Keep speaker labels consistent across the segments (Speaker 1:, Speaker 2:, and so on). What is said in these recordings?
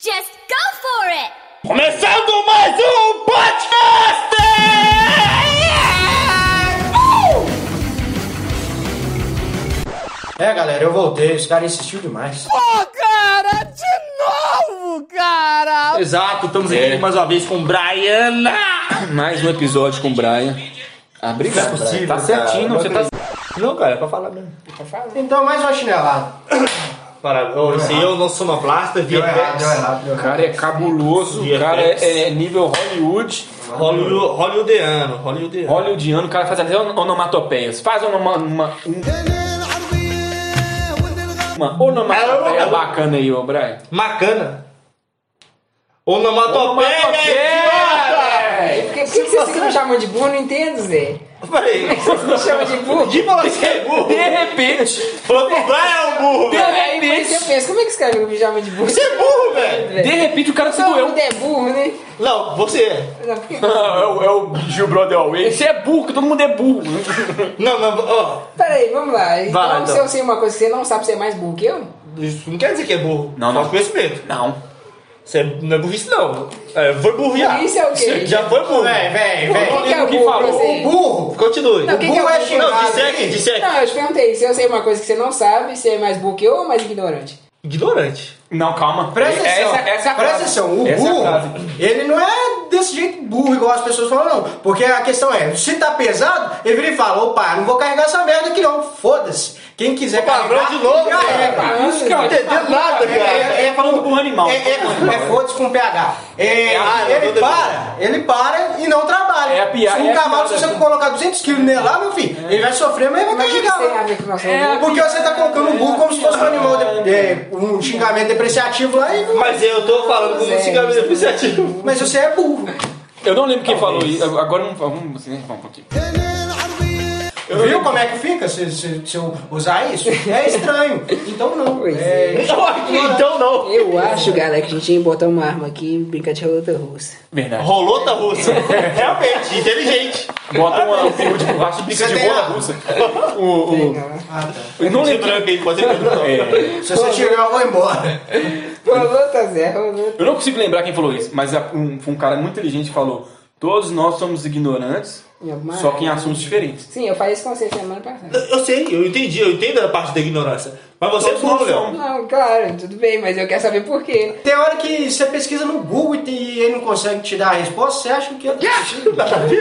Speaker 1: Just go for it!
Speaker 2: Começando mais um
Speaker 3: Ah,
Speaker 2: podcast! É, galera, eu voltei. Os caras insistiram demais.
Speaker 3: Ô, cara, de novo, cara!
Speaker 2: Exato, estamos aqui mais uma vez com Briana.
Speaker 4: É. Mais um episódio com o Brian. Ah, obrigado.
Speaker 2: Não é possível,
Speaker 4: Brian. tá certinho,
Speaker 2: cara.
Speaker 4: você tá. Não, cara, é pra falar mesmo.
Speaker 2: Então, mais uma chinelada. Para, ô, é se eu não sou uma plasta,
Speaker 5: Deu errado, deu errado, deu
Speaker 4: O
Speaker 5: errado.
Speaker 4: cara é cabuloso, o cara é, é nível Hollywood,
Speaker 2: Hollywood- Hollywoodiano, Hollywoodiano.
Speaker 4: hollywoodiano, o cara faz até onomatopeias. Faz uma, uma, uma, uma onomatopeia bacana aí, ô Brian.
Speaker 2: Macana. Onomatopeia, idiota!
Speaker 3: Por que, por que vocês me chamam de burro? Não entendo, Zé.
Speaker 2: Peraí,
Speaker 3: Me chama de burro?
Speaker 2: que falou que é burro?
Speaker 4: De repente,
Speaker 2: Falou que o Brian é um burro,
Speaker 4: de
Speaker 2: velho.
Speaker 3: Aí mas eu
Speaker 4: repente,
Speaker 3: penso, como é que os caras me chamam de burro?
Speaker 2: Você é burro, velho.
Speaker 4: de repente o cara se
Speaker 3: Todo
Speaker 4: doeu.
Speaker 3: mundo é burro, né?
Speaker 2: Não, você. é.
Speaker 3: Não, por que-
Speaker 4: Ah, É o, é o Gil Brother Away. Você é burro, que todo mundo é burro.
Speaker 2: Não, não, ó.
Speaker 3: Peraí, vamos lá. Então,
Speaker 2: lá, então.
Speaker 3: se eu sei uma coisa que você não sabe, você é mais burro que eu?
Speaker 2: Isso não quer dizer que é burro.
Speaker 4: Não,
Speaker 2: Só
Speaker 4: não.
Speaker 2: conhecimento.
Speaker 4: Não.
Speaker 2: Você não é burrice, não. É, foi burro já.
Speaker 3: Burrice é o quê?
Speaker 2: Já foi burro.
Speaker 5: Véi, véi, véi.
Speaker 3: O que, que é
Speaker 4: o que
Speaker 3: burro pra
Speaker 4: falou?
Speaker 3: você?
Speaker 5: Burro!
Speaker 2: Continue.
Speaker 3: Não,
Speaker 2: o
Speaker 3: quem
Speaker 2: burro
Speaker 5: tá
Speaker 3: que é
Speaker 2: é
Speaker 3: burro?
Speaker 2: chinelo. Não, disseque, disseque.
Speaker 3: Não, eu te perguntei, se eu sei uma coisa que você não sabe, você é mais burro que eu ou mais ignorante?
Speaker 2: Ignorante.
Speaker 4: Não, calma.
Speaker 5: Presta
Speaker 4: É-
Speaker 5: atenção,
Speaker 4: Essa, essa é
Speaker 5: presta
Speaker 4: a frase.
Speaker 5: atenção, o
Speaker 4: Essa é a
Speaker 5: burro,
Speaker 4: frase.
Speaker 5: ele não é desse jeito burro igual as pessoas falam, não. Porque a questão é, se tá pesado, ele vira e fala, opa, não vou carregar essa merda aqui não, foda-se. Quem quiser
Speaker 2: Palavrão
Speaker 5: carregar, é,
Speaker 2: de novo, né?
Speaker 5: carrega.
Speaker 2: é, cara.
Speaker 3: Ah,
Speaker 4: Isso, cara.
Speaker 2: Não entendeu nada, cara.
Speaker 4: É falando burro animal.
Speaker 5: É, é, é foda-se com PH. É,
Speaker 2: Ah, não, não
Speaker 5: ele
Speaker 2: deu
Speaker 5: para, ele para e não trabalha.
Speaker 4: É a piada-
Speaker 5: Se um
Speaker 4: é a
Speaker 5: cavalo,
Speaker 4: piada.
Speaker 5: se você colocar 200 quilos nele lá, meu filho, ele vai sofrer, mas ele vai
Speaker 3: Mas o que, que
Speaker 5: carregar.
Speaker 3: você tem a ver com o nosso burro?
Speaker 5: Porque você tá colocando o burro como se fosse um animal, de- é, um xingamento depreciativo lá e.
Speaker 2: Mas eu tô falando como
Speaker 3: Zé.
Speaker 2: se camisa apreciativo.
Speaker 5: Mas você é burro.
Speaker 4: Eu não lembro quem falou isso. Agora vamos, vamos, vamos, um vamos aqui.
Speaker 5: Viu como é que fica se, se- se eu usar isso? É estranho. Então não.
Speaker 3: Pois
Speaker 5: É,
Speaker 2: Então não.
Speaker 3: Eu acho, galera, que a gente tinha que botar uma arma aqui e brincar de roleta russa.
Speaker 4: Verdade.
Speaker 2: Rolota russa. tá Realmente, inteligente.
Speaker 4: Bota uma- um fio de borracha e bica
Speaker 5: Você
Speaker 4: de
Speaker 5: tem
Speaker 4: rola
Speaker 5: a-
Speaker 4: russa. O, o, eu não
Speaker 2: Você
Speaker 4: lembro.
Speaker 2: branco aí, pode ser branco.
Speaker 4: É,
Speaker 5: Se você tiver, eu vou embora.
Speaker 3: Roleta, Zé, roleta.
Speaker 4: eu não consigo lembrar quem falou isso, mas a- um, foi um cara muito inteligente que falou: Todos nós somos ignorantes, só que em assuntos diferentes.
Speaker 3: Sim, eu falei isso com você semana passada.
Speaker 2: Eu sei, eu entendi, eu entendo a parte da ignorância. Mas você é
Speaker 4: Todos nós
Speaker 2: burro, Léo.
Speaker 4: somos.
Speaker 3: Não, claro, tudo bem, mas eu quero saber por quê.
Speaker 5: Tem hora que você pesquisa no Google e tem- e ele não consegue te dar a resposta, você acha que é.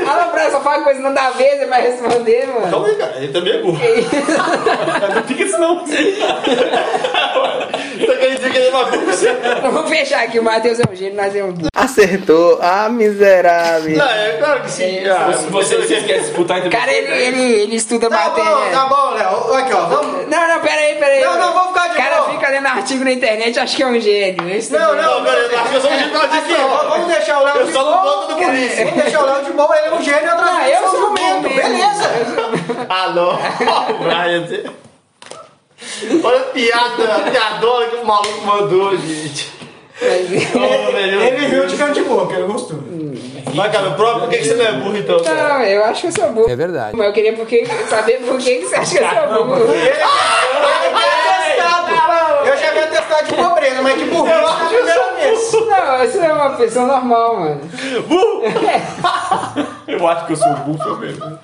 Speaker 3: Fala pra ela, só fala coisa nada a ver, você vai responder, mano.
Speaker 2: Calma aí, cara. Ele também é burro.
Speaker 4: Não fica isso, não.
Speaker 2: Então quer dizer que ele é uma burra.
Speaker 5: Tá
Speaker 3: Eu vou fechar aqui, o Matheus é um gênio, nós é um burro.
Speaker 6: Acertou. Ah, miserável.
Speaker 2: Não, é claro que sim. Ah,
Speaker 4: Se você, você quer disputar entre
Speaker 3: Cara, ele, ele, ele estuda
Speaker 5: Tá bom,
Speaker 2: é.
Speaker 3: matéria.
Speaker 5: tá bom, Léo. Aqui, ó. Vamos.
Speaker 3: Não, não, pera aí, pera aí.
Speaker 5: Não, não, vou ficar de
Speaker 3: O cara
Speaker 5: boa.
Speaker 3: fica lendo artigo na internet, acho que é um gênio. Eu estudo.
Speaker 5: Não, não,
Speaker 2: Não, cara, eu acho que eu sou um gênio
Speaker 5: Aqui, ó,
Speaker 2: aqui.
Speaker 5: vamos deixar o Léo
Speaker 2: Eu
Speaker 5: de
Speaker 2: só não
Speaker 5: boa.
Speaker 2: gosto do polícia.
Speaker 5: Vamos deixar o Léo de boa, ele é um gênio atrás
Speaker 3: Ah,
Speaker 5: dele,
Speaker 3: eu
Speaker 5: são
Speaker 3: sou
Speaker 5: jumento.
Speaker 3: bom mesmo.
Speaker 5: Beleza.
Speaker 2: Alô, o Brian. você- Olha a piada, a piadola que o maluco mandou, gente.
Speaker 3: Mas-
Speaker 2: Ô, velho,
Speaker 5: Ele viu de canto de boca, ele gostou.
Speaker 2: tipo, Vai, cara, o próprio, por que que você não é burro então, cara?
Speaker 3: Não, eu acho que eu sou burro. É verdade. Mas eu queria porque- saber por que que você acha que eu sou burro.
Speaker 5: Eu já testado. Eu já havia testado de pobreza, mas de burrice
Speaker 2: Eu
Speaker 5: na
Speaker 2: acho que eu
Speaker 5: primeira
Speaker 2: sou um
Speaker 5: vez.
Speaker 3: Não, isso é uma pessoa normal, mano.
Speaker 4: Eu acho que eu sou um burro mesmo.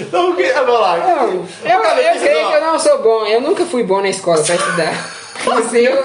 Speaker 2: Então, o que- ah, vamos lá.
Speaker 3: Não, eu, eu sei que eu não sou bom. Eu nunca fui bom na escola pra estudar. Mas eu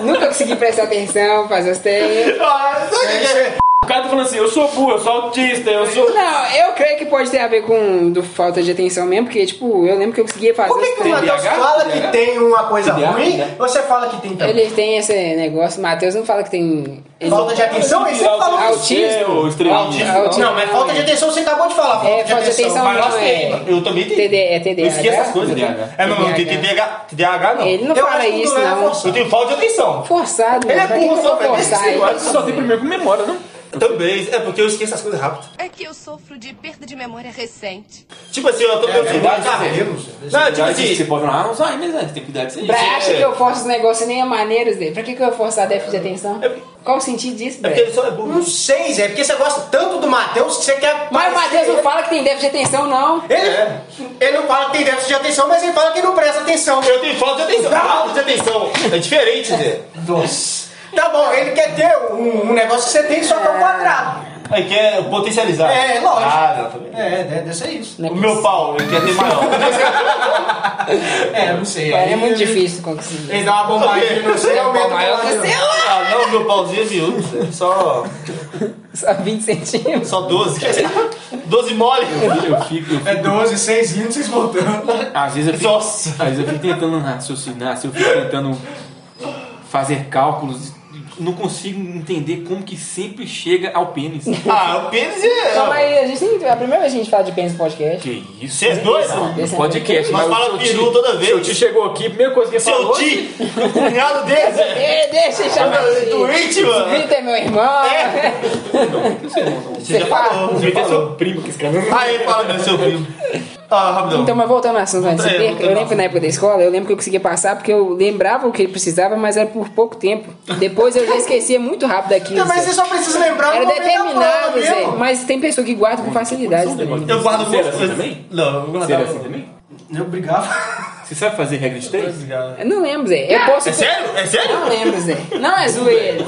Speaker 3: nunca consegui prestar atenção, fazer as teias.
Speaker 2: Ah, sabe o que é?
Speaker 4: O cara tá falando assim: Eu sou burro, eu sou autista, eu sou.
Speaker 3: Não, eu creio que pode ter a ver com do falta de atenção mesmo, porque, tipo, eu lembro que eu conseguia fazer
Speaker 5: Por que,
Speaker 3: as
Speaker 5: que o
Speaker 3: teias.
Speaker 5: Matheus fala
Speaker 2: né?
Speaker 5: que tem uma coisa
Speaker 4: TDAH,
Speaker 5: ruim,
Speaker 4: né?
Speaker 5: você fala que tem também?
Speaker 3: Ele tem esse negócio, Matheus não fala que tem. Ele...
Speaker 5: Falta de atenção, ele sempre falou isso.
Speaker 4: É, ô, estrelinha.
Speaker 3: Autismo. Autismo.
Speaker 5: Não, mas falta de atenção você acabou de falar. Falta,
Speaker 3: É,
Speaker 5: de,
Speaker 3: falta de
Speaker 5: atenção.
Speaker 3: atenção.
Speaker 2: Mas nós
Speaker 3: Não, é-
Speaker 2: temos. Eu também tenho.
Speaker 3: TD, é
Speaker 2: Eu esqueço as
Speaker 3: TDAH.
Speaker 2: coisas.
Speaker 4: TDAH.
Speaker 2: É, não, não tem TDAH, TDAH não.
Speaker 3: Ele não
Speaker 5: Eu
Speaker 3: fala
Speaker 5: acho que
Speaker 3: isso,
Speaker 5: não é
Speaker 3: não.
Speaker 5: forçado.
Speaker 2: Eu tenho falta de atenção.
Speaker 3: Forçado,
Speaker 2: Ele
Speaker 3: mano.
Speaker 2: é
Speaker 3: Pra que
Speaker 2: burro,
Speaker 3: que
Speaker 2: só,
Speaker 3: eu vou
Speaker 2: velho.
Speaker 3: forçar
Speaker 2: Esse
Speaker 4: Eu acho
Speaker 3: isso?
Speaker 4: que só tem primeiro com memória, não?
Speaker 2: Também, é porque eu esqueço as coisas rápido.
Speaker 7: É que eu sofro de perda de memória recente.
Speaker 2: Tipo assim, eu tô
Speaker 5: É,
Speaker 2: pensando.
Speaker 5: verdade,
Speaker 2: ah,
Speaker 5: carreiros.
Speaker 2: Não, tipo
Speaker 4: Você
Speaker 2: assim.
Speaker 4: pode falar, ah, Alzheimer, né? tem que cuidar disso aí.
Speaker 3: Bra, acha que eu forço os negócios nem a maneira, Zé? Pra que, que eu vou forçar déficit de atenção? Qual o sentido disso,
Speaker 2: É porque ele
Speaker 3: velho?
Speaker 2: só é burro.
Speaker 5: Não sei, Zé, porque você gosta tanto do Matheus que você quer.
Speaker 3: Mas o Matheus não fala que tem déficit de atenção, não.
Speaker 5: Ele,
Speaker 2: É.
Speaker 5: ele não fala que tem déficit de atenção, mas ele fala que não presta atenção.
Speaker 2: Eu tenho falta de atenção. Falta de atenção. É diferente, Zé.
Speaker 5: Nossa. Tá bom, ele quer ter um, um negócio que você tem, só que é um quadrado.
Speaker 2: Ele quer potencializar.
Speaker 5: É, lógico.
Speaker 2: Ah, não, tá bem.
Speaker 5: É, deve ser isso.
Speaker 2: O meu pau, ele quer ter maior.
Speaker 5: É, não sei.
Speaker 3: Cara,
Speaker 5: aí
Speaker 3: é muito
Speaker 5: ele-
Speaker 3: difícil conseguir.
Speaker 5: Ele dá uma bombadinha, não
Speaker 2: É
Speaker 5: sei, aumenta o
Speaker 3: maior que o
Speaker 5: tamanho.
Speaker 3: seu,
Speaker 2: ah, não, meu pauzinho é miúdo. Só,
Speaker 3: só 20 centímetros.
Speaker 2: só 12. 12 mole.
Speaker 4: Eu fico, eu fico-
Speaker 5: É 12, 6 indo, 6 voltando.
Speaker 4: Às vezes eu fico,
Speaker 2: Nossa.
Speaker 4: às vezes eu fico tentando raciocinar, se eu fico tentando fazer cálculos, não consigo entender como que sempre chega ao pênis.
Speaker 2: Ah, o pênis é.
Speaker 3: Calma aí, a gente nem- é a primeira vez que a gente fala de pênis no podcast. é
Speaker 4: Que isso?
Speaker 2: Vocês dois?
Speaker 4: No
Speaker 2: Nós
Speaker 4: podcast, mas o
Speaker 2: fala
Speaker 4: seu
Speaker 2: peru
Speaker 4: tio-
Speaker 2: toda
Speaker 4: seu
Speaker 2: vez.
Speaker 4: tio chegou aqui, a primeira coisa que ele
Speaker 2: Seu
Speaker 4: falou... É.
Speaker 2: Ti, o cunhado dele.
Speaker 3: Ei, deixa eu chamar
Speaker 2: Tá
Speaker 3: ele.
Speaker 2: doente, mano. É.
Speaker 3: Vitor é meu irmão.
Speaker 2: Você já
Speaker 3: fala.
Speaker 2: falou. Você
Speaker 4: Devia ter
Speaker 2: falou.
Speaker 4: seu primo que escreveu.
Speaker 2: Ah, ele fala meu seu primo. Ah, rapidão.
Speaker 3: Então, mas voltando ao assunto antes,
Speaker 2: É,
Speaker 3: de perca,
Speaker 2: voltando ao
Speaker 3: eu lembro
Speaker 2: assunto.
Speaker 3: na época da escola, eu lembro que eu conseguia passar porque eu lembrava o que ele precisava, mas era por pouco tempo. Depois eu já esquecia muito rápido daquilo.
Speaker 5: Não, mas você
Speaker 3: Zé.
Speaker 5: só precisa
Speaker 2: é
Speaker 5: lembrar no
Speaker 3: Era
Speaker 5: momento da prova
Speaker 3: determinável, Zé.
Speaker 5: mesmo.
Speaker 3: Mas tem pessoa que guarda com facilidade também.
Speaker 2: eu guardo
Speaker 4: Você era
Speaker 2: muitas
Speaker 4: assim
Speaker 2: coisas.
Speaker 4: também?
Speaker 2: Não, eu
Speaker 4: Você
Speaker 2: guardava.
Speaker 4: era assim também?
Speaker 5: Eu brigava.
Speaker 4: Você sabe fazer regra de três?
Speaker 3: né? Eu não lembro, Zé. Eu posso.
Speaker 2: É sério? É sério?
Speaker 3: Não lembro, Zé. Não é zoeira.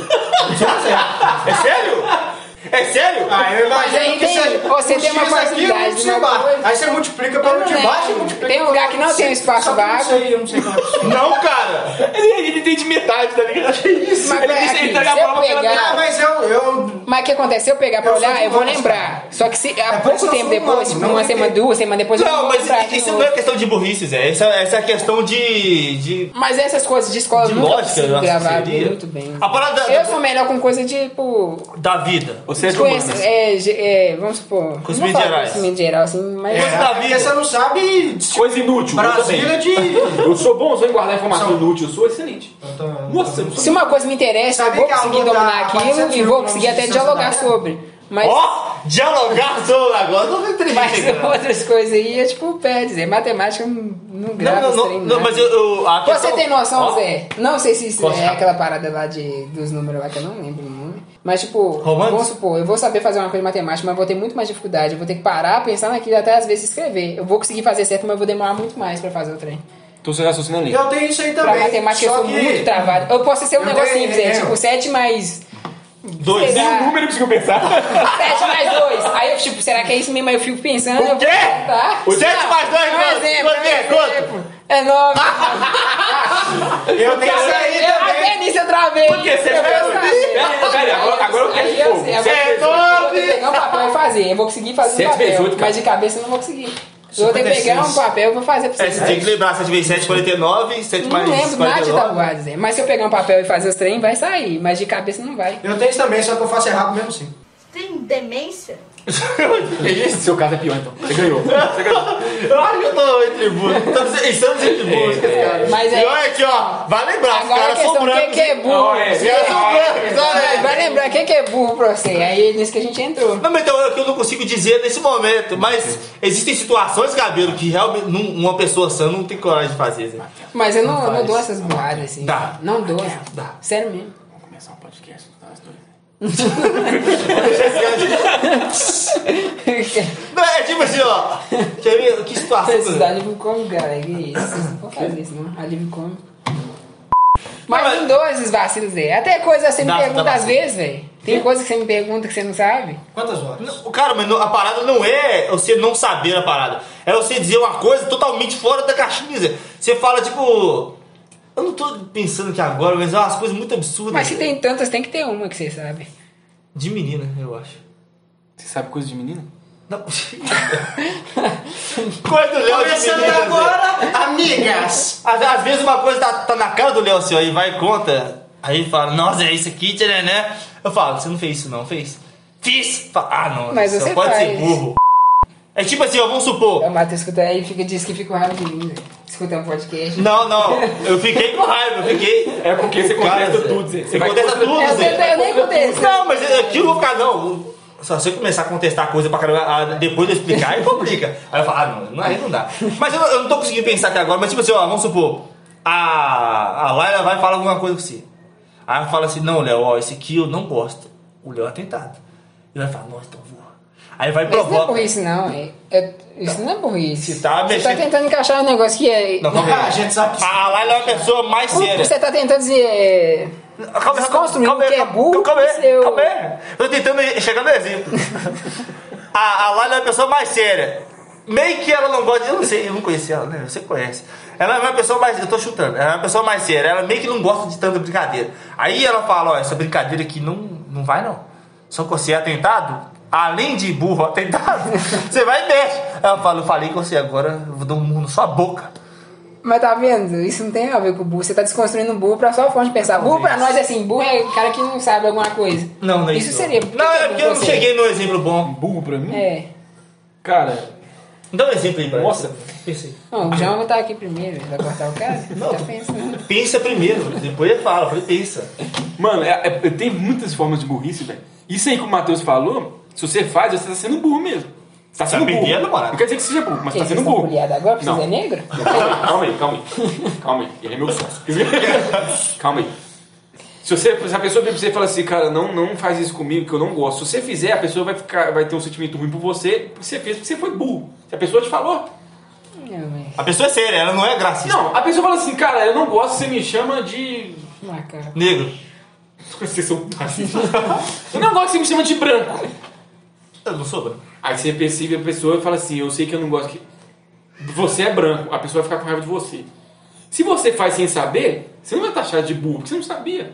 Speaker 2: É sério? É sério?
Speaker 5: Ah, eu
Speaker 3: Mas aí
Speaker 5: imagino que
Speaker 3: tem-
Speaker 5: seja.
Speaker 3: você
Speaker 5: um
Speaker 3: tem uma
Speaker 5: X aqui,
Speaker 3: facilidade
Speaker 5: um
Speaker 3: de
Speaker 5: de
Speaker 3: uma
Speaker 5: baixo.
Speaker 3: coisa.
Speaker 5: Aí você multiplica
Speaker 3: Eu
Speaker 5: pelo
Speaker 3: não
Speaker 5: de baixo e
Speaker 3: lembro.
Speaker 5: multiplica.
Speaker 3: Tem lugar que não tem um espaço
Speaker 5: Só que
Speaker 3: vago.
Speaker 5: Eu não sei, eu não sei como é que
Speaker 2: Não, cara.
Speaker 4: Ele, ele tem de metade, tá ligado? Isso.
Speaker 3: Mas
Speaker 4: ele
Speaker 3: é
Speaker 4: disse
Speaker 3: aqui,
Speaker 4: ele entrega a
Speaker 3: se eu
Speaker 4: prova pela
Speaker 3: pegar-
Speaker 4: metade.
Speaker 5: Ah, mas eu. eu...
Speaker 3: Mas o que acontece? Se eu pegar pra
Speaker 5: Eu sou
Speaker 3: olhar, eu vou
Speaker 5: humano,
Speaker 3: lembrar. Só que se, há
Speaker 5: É por isso
Speaker 3: pouco
Speaker 5: que eu
Speaker 3: tempo
Speaker 5: sou humano,
Speaker 3: depois, tipo,
Speaker 5: não
Speaker 3: uma
Speaker 5: tem
Speaker 3: semana,
Speaker 5: que-
Speaker 3: duas semanas depois, eu
Speaker 2: Não,
Speaker 3: vou
Speaker 2: mas
Speaker 3: lembrar de
Speaker 2: isso
Speaker 3: novo.
Speaker 2: não é questão de burrice, Zé. Essa, essa é questão de. de,
Speaker 3: Mas essas coisas de escola
Speaker 2: de
Speaker 3: nunca
Speaker 2: lógica, eu
Speaker 3: consigo
Speaker 2: acho
Speaker 3: gravar
Speaker 2: que seria.
Speaker 3: muito bem.
Speaker 5: Ah,
Speaker 2: A parada da,
Speaker 3: Eu sou melhor com coisa tipo.
Speaker 2: da vida.
Speaker 4: Você é de
Speaker 3: Conheço,
Speaker 4: humanas.
Speaker 3: é, ge- é, vamos supor.
Speaker 2: Conhecimentos
Speaker 3: não falo
Speaker 2: gerais.
Speaker 3: Conhecimento geral, assim, mas.
Speaker 5: É,
Speaker 2: Coisa da
Speaker 5: porque
Speaker 2: vida.
Speaker 5: você não sabe. tipo,
Speaker 4: Coisa inútil.
Speaker 5: Brasília
Speaker 4: eu também.
Speaker 5: de.
Speaker 4: Eu sou bom, sou em guardar informação
Speaker 5: Sou.
Speaker 4: inútil, eu sou excelente.
Speaker 5: Então,
Speaker 4: Nossa, eu não sou
Speaker 3: Se uma coisa me interessa, eu
Speaker 5: Sabia
Speaker 3: vou
Speaker 5: que a
Speaker 3: conseguir
Speaker 5: luta
Speaker 3: dominar
Speaker 5: a 400
Speaker 3: aquilo e
Speaker 5: mil
Speaker 3: vou conseguir até
Speaker 5: quilômetros de
Speaker 3: dialogar
Speaker 5: distância da
Speaker 3: sobre. Mas,
Speaker 2: Ó, dialogar sobre agora. Não tô
Speaker 3: mas
Speaker 2: inteligente. cara.
Speaker 3: outras coisas aí é tipo pé, dizer, matemática eu não- não grava
Speaker 2: Não,
Speaker 3: esse
Speaker 2: não,
Speaker 3: trem,
Speaker 2: não, não,
Speaker 3: nada.
Speaker 2: mas eu. eu- a
Speaker 3: né? Você
Speaker 2: questão-
Speaker 3: tem noção,
Speaker 2: Então, Ó,
Speaker 3: Zé? Não sei se isso
Speaker 2: Posso-
Speaker 3: é aquela parada lá de, dos números lá que eu não lembro o nome. Mas, tipo,
Speaker 2: Romanos?
Speaker 3: vamos supor, eu vou saber fazer uma coisa de matemática, mas vou ter muito mais dificuldade. Eu vou ter que parar, pensar naquilo e até às vezes escrever. Eu vou conseguir fazer certo, mas eu vou demorar muito mais pra fazer o trem.
Speaker 4: Então você raciocina ali.
Speaker 5: eu tenho isso aí
Speaker 3: Pra
Speaker 5: também.
Speaker 3: matemática eu
Speaker 5: só
Speaker 3: sou
Speaker 5: que...
Speaker 3: muito travado. Eu posso ser um
Speaker 5: Eu
Speaker 3: negócio
Speaker 5: tenho-
Speaker 3: simples, Zé.
Speaker 5: eu-
Speaker 3: Tipo, 7 mais.
Speaker 2: Dois.
Speaker 3: Sei lá.
Speaker 4: número conseguiu pensar.
Speaker 3: 7 mais 2. Aí eu, tipo, será que é isso mesmo? Aí eu fico pensando.
Speaker 2: O
Speaker 3: eu
Speaker 2: quê?
Speaker 3: Tá?
Speaker 2: O sete mais dois,
Speaker 3: É um
Speaker 2: quanto? Quanto
Speaker 3: exemplo.
Speaker 2: Ah, é?
Speaker 3: é um exemplo. É nove.
Speaker 5: Eu tenho isso aí
Speaker 3: Eu
Speaker 5: também.
Speaker 3: até nisso eu travei.
Speaker 4: Porque você fez-
Speaker 3: Eu vou saber.
Speaker 4: Pera, pera, agora- agora eu quero
Speaker 3: Aí eu
Speaker 4: fogo.
Speaker 3: sei, agora
Speaker 2: Você é
Speaker 3: eu sei. Eu vou ter que
Speaker 2: doido.
Speaker 3: pegar um papel e fazer. Eu vou conseguir fazer
Speaker 4: Sete
Speaker 3: um papel,
Speaker 4: vezes oito, cara.
Speaker 3: mas de cabeça eu não vou conseguir. Eu vou ter que
Speaker 5: 56.
Speaker 3: pegar um papel e vou fazer pra
Speaker 2: É, você
Speaker 3: vocês.
Speaker 2: tem que lembrar 7 vezes 7, 49, 7
Speaker 3: Não
Speaker 2: mais
Speaker 3: lembro nada de
Speaker 2: 49.
Speaker 3: tabuada, Zé. Mas se eu pegar um papel e fazer os trem, vai sair. Mas de cabeça não vai.
Speaker 5: Eu tenho isso também, só que eu faço errado mesmo assim. sim.
Speaker 1: Tem demência?
Speaker 4: Seu caso é pior, então. Você ganhou.
Speaker 2: Eu acho que eu tô em tributo. Estamos em estamos em tributo. cara.
Speaker 3: É, Mas aí-
Speaker 2: E olha aqui, ó. Vai lembrar, os
Speaker 3: Agora a
Speaker 2: caras são
Speaker 3: questão, quem
Speaker 2: brancos.
Speaker 3: que é burro?
Speaker 4: Ah, é.
Speaker 2: Os caras são brancos,
Speaker 3: Vai-
Speaker 2: olha.
Speaker 3: Vai lembrar, quem que é burro pra você? Aí nisso que a gente entrou.
Speaker 2: Não, mas então é o que eu não consigo dizer nesse momento. Mas existem situações, Gabriel, que realmente não- uma pessoa sã não tem coragem de fazer. Né?
Speaker 3: Mas eu não, eu não dou essas burradas assim.
Speaker 2: Dá. É.
Speaker 3: Não dou.
Speaker 2: Dá.
Speaker 3: Sério mesmo.
Speaker 4: Vamos começar um podcast, tá? As dois.
Speaker 2: Não, é tipo assim, ó. Quer ver que situação?
Speaker 3: Preciso da livro cômico, galera. Que isso? Vocês não podem fazer isso, não. Alívio cômico. Mas
Speaker 2: Não, mas-
Speaker 3: não dou esses vacilos, Zé. Até coisa que você me
Speaker 2: Dá- dá
Speaker 3: pergunta às
Speaker 2: vacilo.
Speaker 3: vezes, velho. Tem coisa que você me pergunta que você não sabe.
Speaker 5: Quantas horas?
Speaker 2: Cara, mas não- a parada não é você não saber a parada. É você dizer uma coisa totalmente fora da caixinha. Você fala, tipo. Eu não tô pensando que agora, mas é umas coisas muito absurdas.
Speaker 3: Mas se tem tantas, tem que ter uma que você sabe.
Speaker 2: De menina, eu acho.
Speaker 4: Você sabe coisa de menina?
Speaker 2: Não. coisa do Léo de
Speaker 5: Começando
Speaker 2: menina. Agora.
Speaker 5: agora, amigas.
Speaker 2: Às, às vezes uma coisa tá, tá na cara do Léo assim, ó, e vai e conta. Aí ele fala, nossa, é isso aqui, tchará, né? Eu falo, você não fez isso não, fez? Fiz! Fala, ah, não,
Speaker 3: Mas
Speaker 2: só
Speaker 3: você
Speaker 2: pode ser
Speaker 3: faz.
Speaker 2: burro. É tipo assim, ó, vamos supor.
Speaker 3: O Matheus escuta aí e fica, diz que fica com raiva de mim, velho. Escuta um podcast.
Speaker 2: Não, não, eu fiquei com raiva, eu fiquei.
Speaker 4: É porque você contesta tudo. Zé.
Speaker 2: Você contesta tudo,
Speaker 3: Eu,
Speaker 2: Zé.
Speaker 3: tento- eu nem contei.
Speaker 2: Não, mas aquilo eu vou ficar, não. Só se eu começar a contestar a coisa pra caramba, ah, depois de eu explicar, aí complica. Aí eu falo, ah, não, não, aí não dá. Mas eu, eu não tô conseguindo pensar aqui agora, mas tipo assim, ó, vamos supor, a, a Laila vai falar alguma coisa com você. Aí ela fala assim, não, Léo, ó, esse aqui eu não gosto. O Léo é tentado. E vai falar, nossa, então vou. Aí vai e
Speaker 3: Mas isso não é
Speaker 2: provoca.
Speaker 3: burrice, não. É, é- isso não é burrice.
Speaker 2: Você tá
Speaker 3: Você tá
Speaker 2: mexendo-
Speaker 3: tentando encaixar um negócio que é.
Speaker 2: Não, calma
Speaker 5: Ah, a
Speaker 2: aí.
Speaker 5: gente sabe que
Speaker 2: A Laila é uma pessoa mais séria.
Speaker 3: Você tá tentando dizer. é,
Speaker 2: Calma, aí, calma, aí,
Speaker 3: Desconstruindo
Speaker 2: calma, aí,
Speaker 3: o que é burro,
Speaker 2: calma, aí,
Speaker 3: o seu-
Speaker 2: calma aí. Eu tô tentando chegar no exemplo. a, a Laila é uma pessoa mais séria. Meio que ela não gosta de. Eu não sei, eu não conheci ela, né? Você conhece. Ela é uma pessoa mais. Eu tô chutando. Ela é uma pessoa mais séria. Ela meio que não gosta de tanta brincadeira. Aí ela fala: ó, essa brincadeira aqui não, não vai não. Só que você é atentado, além de burro atentado, você vai e mexe. Ela fala: eu falei com você agora, eu vou dar um murro na sua boca.
Speaker 3: Mas tá vendo? Isso não tem a ver com o burro. Você tá desconstruindo o burro pra sua forma de pensar. Burro pra nós é assim, burro é o cara que não sabe alguma coisa.
Speaker 2: Não, não é
Speaker 3: isso. seria.
Speaker 2: Não, é porque eu não
Speaker 3: você.
Speaker 2: cheguei no exemplo bom.
Speaker 4: Burro pra mim?
Speaker 3: É.
Speaker 4: Cara,
Speaker 2: Dá um exemplo aí, Brian.
Speaker 4: Nossa.
Speaker 2: Pensei.
Speaker 3: Não, o João tá aqui primeiro, vai cortar o cara? Tá pensando.
Speaker 2: Pensa primeiro, depois ele fala, depois pensa.
Speaker 4: mano, é, é- eu tenho muitas formas de burrice, velho. Isso aí que o Matheus falou, se você faz, você tá sendo burro mesmo. Você tá sendo burro.
Speaker 2: perdendo, mano.
Speaker 4: Não quer dizer que seja burro, mas
Speaker 3: Quem,
Speaker 4: tá
Speaker 3: vocês
Speaker 4: sendo
Speaker 3: estão
Speaker 4: burro.
Speaker 3: bulliados agora porque
Speaker 4: Não.
Speaker 3: vocês é negro?
Speaker 4: Calma aí, calma aí. Calma aí, ele é meu sócio. calma aí. Se, você, se a pessoa vem pra você e fala assim, cara, não, não faz isso comigo que eu não gosto. Se você fizer, a pessoa vai, ficar, vai ter um sentimento ruim por você, porque você fez, porque você foi burro. Se a pessoa te falou.
Speaker 3: Não, mas...
Speaker 2: A pessoa é séria, ela não é gracista.
Speaker 4: Não, a pessoa fala assim, cara, eu não gosto, você me chama de.
Speaker 3: Macaco.
Speaker 2: Negro.
Speaker 4: Vocês são Eu não gosto que você me chama de branco.
Speaker 2: Eu não sou branco.
Speaker 4: Aí você percebe a pessoa e fala assim, eu sei que eu não gosto que. Você é branco, a pessoa vai ficar com raiva de você. Se você faz sem saber, você não vai taxar de burro, porque você não sabia.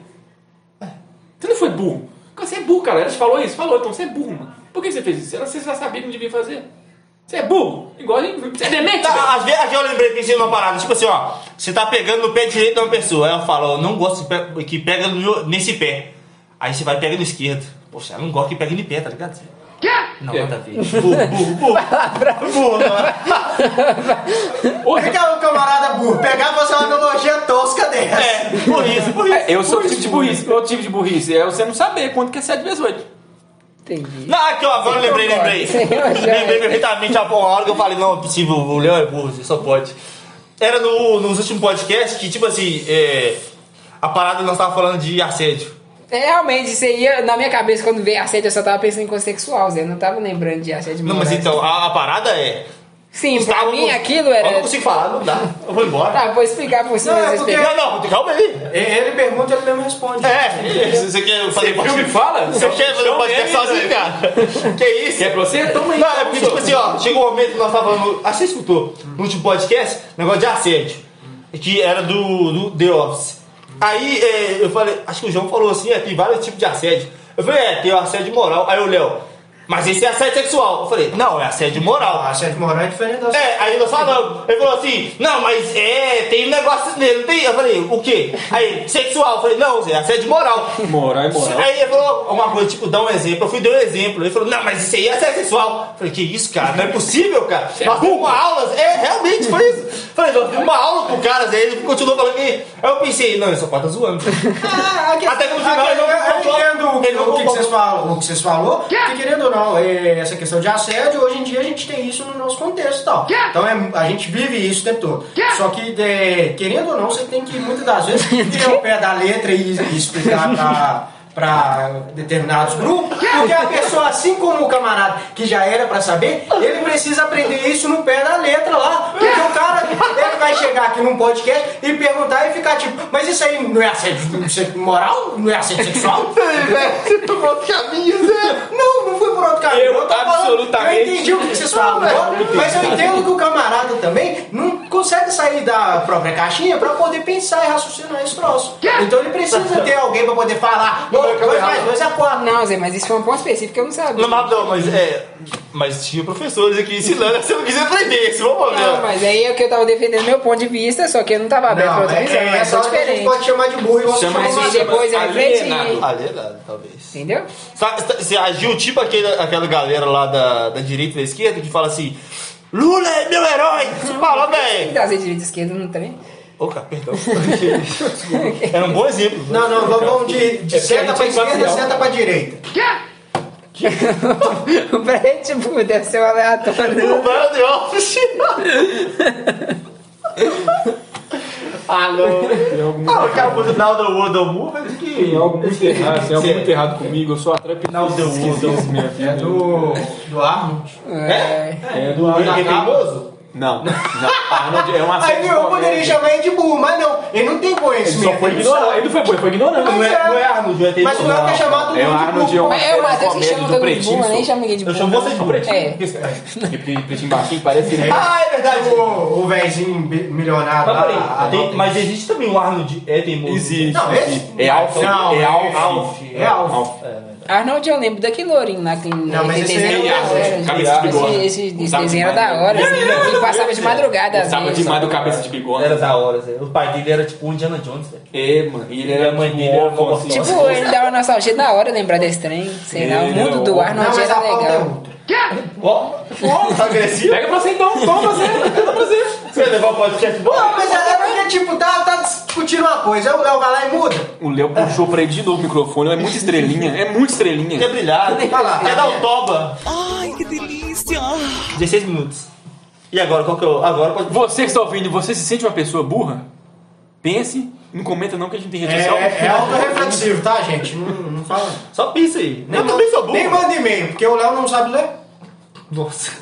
Speaker 4: É. Você não foi burro. Porque Você é burro, cara. Ela te falou isso, falou, então você é burro, mano. Por que você fez isso? Ela- Você já sabia que não devia fazer. Você é burro. Igual a gente. Você é demente, velho.
Speaker 2: Tá, às vezes às vezes eu lembrei, pensei numa parada, tipo assim, ó, você tá pegando no pé direito de uma pessoa, ela fala, ó, eu não gosto de pe- que pega no meu- nesse pé. Aí você vai e pega no esquerdo. Poxa, ela não gosta que pega no pé, tá ligado? Não,
Speaker 4: É.
Speaker 2: nada a ver. Burro, burro, burro. burro, não é?
Speaker 5: Por que é um camarada burro? Pegar e fazer uma analogia tosca dessa.
Speaker 2: É, por isso, por isso.
Speaker 4: É, eu sou o tipo de burrice. Outro tipo de burrice é você não saber quanto que é 7 vezes 8.
Speaker 3: Entendi.
Speaker 2: Não, aqui, ó, agora eu lembrei, lembrei.
Speaker 3: Sim, eu já-
Speaker 2: lembrei perfeitamente a porra, a hora que eu falei, não, é possível, o Léo é burro, você só pode. Era no, nos últimos podcasts que, tipo assim, é, a parada nós tava falando de assédio.
Speaker 3: É, realmente, isso aí, eu- na minha cabeça, quando veio assédio, eu só tava pensando em coisa sexual, Zé. Eu não tava lembrando de assédio
Speaker 2: Não, mas
Speaker 3: moral.
Speaker 2: então, a, a parada é.
Speaker 3: Sim, pra
Speaker 2: estávamos-
Speaker 3: mim aquilo
Speaker 2: Eu não
Speaker 3: era...
Speaker 2: consigo falar, não dá. Eu vou embora.
Speaker 3: Tá, vou explicar por cima.
Speaker 5: Não, é
Speaker 3: mas eu
Speaker 5: porque-
Speaker 3: explico.
Speaker 2: Não, não, calma aí.
Speaker 5: Ele pergunta e ele mesmo responde.
Speaker 2: É, se você quer fazer
Speaker 4: viu? Me fala.
Speaker 2: Você quer fazer
Speaker 4: Então,
Speaker 2: podcast
Speaker 4: é,
Speaker 2: sozinho, cara? Que isso?
Speaker 4: Quer pra você? Toma aí.
Speaker 2: Não, é porque, tipo assim, ó, chegou um momento que nós tava falando. Acho que você escutou no último podcast, negócio de assédio. Que era do, do The Office. Aí é, eu falei, acho que o João falou assim, é, tem vários tipos de assédio. Eu falei, é, tem o assédio moral. Aí o Léo, mas esse é assédio sexual. Eu falei, não, é assédio moral.
Speaker 5: A chefe moral é diferente da
Speaker 2: É, aí nós falamos. Ele falou assim, não, mas é, tem negócio nele, não tem. Eu falei, o quê? Aí, sexual. Eu falei, não, Zé, assédio moral.
Speaker 4: Moral é moral.
Speaker 2: Aí ele falou uma coisa, tipo, dá um exemplo. Eu fui, dei um exemplo. Ele falou, não, mas isso aí é assédio sexual. Eu falei, que isso, cara? Não é possível, cara. Nós temos uma aula. É, realmente, foi isso. Eu falei, nós temos uma aula pro cara. Zé. Ele continuou falando que... Aí eu pensei, não, ele só pode tá zoando.
Speaker 5: Ah,
Speaker 2: Até que no final ele não concordou.
Speaker 5: é
Speaker 2: Ele
Speaker 5: Eu entendo
Speaker 2: não
Speaker 5: o que que vocês
Speaker 2: concordou.
Speaker 5: falam, o que vocês falou, que querendo ou não, é, essa questão de assédio, hoje em dia a gente tem isso no nosso contexto e tal. Então é- a gente vive isso o tempo todo. Só que, é, querendo ou não, você tem que muitas das vezes tirar o pé da letra e, e explicar pra, pra determinados grupos, porque a pessoa, assim como o camarada que já era pra saber, ele precisa aprender isso no pé da letra lá, porque o cara ele vai chegar aqui num podcast e perguntar e ficar tipo, mas isso aí não é assédio se- moral? Não é assédio sexual? Não, não foi por outro caminho.
Speaker 4: Eu
Speaker 5: tô falando-
Speaker 4: absolutamente.
Speaker 5: Eu entendi o que vocês falam agora, mas eu entendo que o camarada também não consegue sair da própria caixinha pra poder pensar e raciocinar esse troço. Então ele precisa ter alguém pra poder falar. "Ô, Dois mais dois é quatro.
Speaker 3: Não, Zé, mas isso foi um ponto específico que eu não sabia.
Speaker 2: Não, mas não, mas é... Mas tinha professores aqui ensinando, você não quis aprender, esse foi o
Speaker 3: Não,
Speaker 2: problema.
Speaker 3: mas aí é que eu tava defendendo meu ponto de vista, só que eu não tava aberto pra
Speaker 5: Não,
Speaker 3: outra
Speaker 5: é,
Speaker 3: visão.
Speaker 5: é,
Speaker 3: É,
Speaker 5: essa
Speaker 3: só
Speaker 5: hora que a gente
Speaker 3: diferente.
Speaker 5: pode chamar de burro e você
Speaker 4: Chama
Speaker 5: chama
Speaker 3: Mas
Speaker 4: isso
Speaker 5: de
Speaker 3: aí
Speaker 4: chama
Speaker 3: depois eu
Speaker 2: Ah,
Speaker 4: alienado.
Speaker 3: refleti.
Speaker 2: Alienado, é talvez.
Speaker 3: Entendeu?
Speaker 2: Sa- sa- Você agiu tipo aquele, aquela galera lá da, da direita e da esquerda que fala assim: Lula é meu herói! Você fala,
Speaker 3: Tem que
Speaker 2: velho!
Speaker 3: trazer direita e esquerda no trem.
Speaker 2: Oca, perdão. Era um bom exemplo.
Speaker 5: Não, não, vamos- vamos de, de
Speaker 4: É porque a
Speaker 5: seta
Speaker 4: gente
Speaker 5: pra
Speaker 4: é
Speaker 5: esquerda,
Speaker 4: imparcial.
Speaker 5: seta pra direita.
Speaker 3: pra gente, tipo, deve ser um aleatório.
Speaker 2: O Brian de Office. ah, não.
Speaker 4: Tem algo muito
Speaker 2: Ah,
Speaker 4: errado.
Speaker 2: aquela coisa do Now the World of Movement que.
Speaker 4: Tem algo muito errado, tem algo
Speaker 2: Sério.
Speaker 4: muito errado comigo, eu sou atrape
Speaker 2: Não, deu,
Speaker 4: esquisito,
Speaker 2: deu.
Speaker 4: minha vida.
Speaker 5: Do, do É Arnold.
Speaker 3: É.
Speaker 4: É, do
Speaker 2: Ele é
Speaker 4: ar.
Speaker 2: perigoso?
Speaker 4: Não, não. Arnold é um
Speaker 5: Aí
Speaker 4: acerto.
Speaker 5: viu, eu poderia chamar ele de burro, mas não, ele não tem conhecimento.
Speaker 4: Só foi ignorante. Ele não foi burro, ele foi ignorante.
Speaker 5: Não
Speaker 2: Não é, não é Arnold, é Taylor.
Speaker 5: Mas o Léo quer chamar todo
Speaker 4: É o
Speaker 5: mundo de burro.
Speaker 4: Arnold é um
Speaker 3: Mas é o
Speaker 4: acerto
Speaker 3: Matheus que
Speaker 4: comédia
Speaker 3: chama
Speaker 4: do
Speaker 3: todo mundo de
Speaker 4: pretinho.
Speaker 3: burro, né? nem
Speaker 4: só.
Speaker 3: chama ninguém de
Speaker 2: Eu
Speaker 3: burro.
Speaker 2: chamo você de
Speaker 4: Só
Speaker 2: preto.
Speaker 4: pretinho.
Speaker 3: É.
Speaker 4: Porque pretinho baixinho parece.
Speaker 2: Ah, é verdade.
Speaker 5: O, o velhinho bi- milionário
Speaker 2: Mas
Speaker 5: lá.
Speaker 2: peraí,
Speaker 5: a- a-
Speaker 2: Ah, tem- mas existe também o Arnold é teimoso.
Speaker 4: Existe.
Speaker 5: Não, esse-
Speaker 4: É Alf.
Speaker 5: Não,
Speaker 4: É
Speaker 5: é
Speaker 4: Alf.
Speaker 2: Alf.
Speaker 5: É Alf.
Speaker 3: Arnold, eu lembro daquele lourinho lá que
Speaker 5: Não, mas
Speaker 3: esse
Speaker 5: esse
Speaker 3: desenho
Speaker 5: aí
Speaker 3: era
Speaker 5: é
Speaker 3: da hora.
Speaker 4: Arnold, cabeça de bigode.
Speaker 3: Esse, esse- esse
Speaker 4: Gostava
Speaker 3: desenho era
Speaker 4: demais.
Speaker 3: da hora. assim, Ele passava de madrugada. assim, às
Speaker 4: Gostava
Speaker 3: vezes.
Speaker 4: demais do cabeça de bigode.
Speaker 2: Era da hora, Zé. O pai dele era tipo o Indiana Jones, velho.
Speaker 4: É, mano. E
Speaker 2: E
Speaker 4: ele era
Speaker 2: a mãe
Speaker 4: tipo
Speaker 2: dele era
Speaker 4: órfão,
Speaker 2: uma-
Speaker 4: assim.
Speaker 3: Tipo, ele dava nostalgia da hora lembrar desse trem. Sei lá, o
Speaker 4: Ele
Speaker 3: mundo
Speaker 4: era
Speaker 3: do
Speaker 4: o-
Speaker 5: Não,
Speaker 3: Arnold
Speaker 5: mas
Speaker 3: era
Speaker 5: a pauta é
Speaker 3: legal.
Speaker 5: outra.
Speaker 2: Ó, ó, tá agressivo.
Speaker 4: Pega pra você então, toma pra você, toma pra você.
Speaker 2: Você vai levar o podcast
Speaker 5: Não,
Speaker 2: embora?
Speaker 5: mas é é porque, tipo, tá, tá discutindo uma coisa, aí o Léo vai lá e muda.
Speaker 4: O Léo puxou pra ele de novo o microfone, é muito estrelinha, é muito
Speaker 2: Quer
Speaker 4: estrelinha.
Speaker 2: brilhar?
Speaker 5: Vai lá.
Speaker 2: Quer dar o toba? Ai, que delícia. 16 minutos. E agora, qual que eu... Agora pode...
Speaker 4: Você que está ouvindo, você se sente uma pessoa burra? Pense, não comenta não que a gente não tem
Speaker 5: É,
Speaker 4: rede social.
Speaker 5: é autorreflexivo, tá, gente? Não, não fala.
Speaker 2: Só pisa aí. eu também sou burro.
Speaker 5: Nem manda e-mail, porque o Léo não sabe ler.
Speaker 2: Nossa.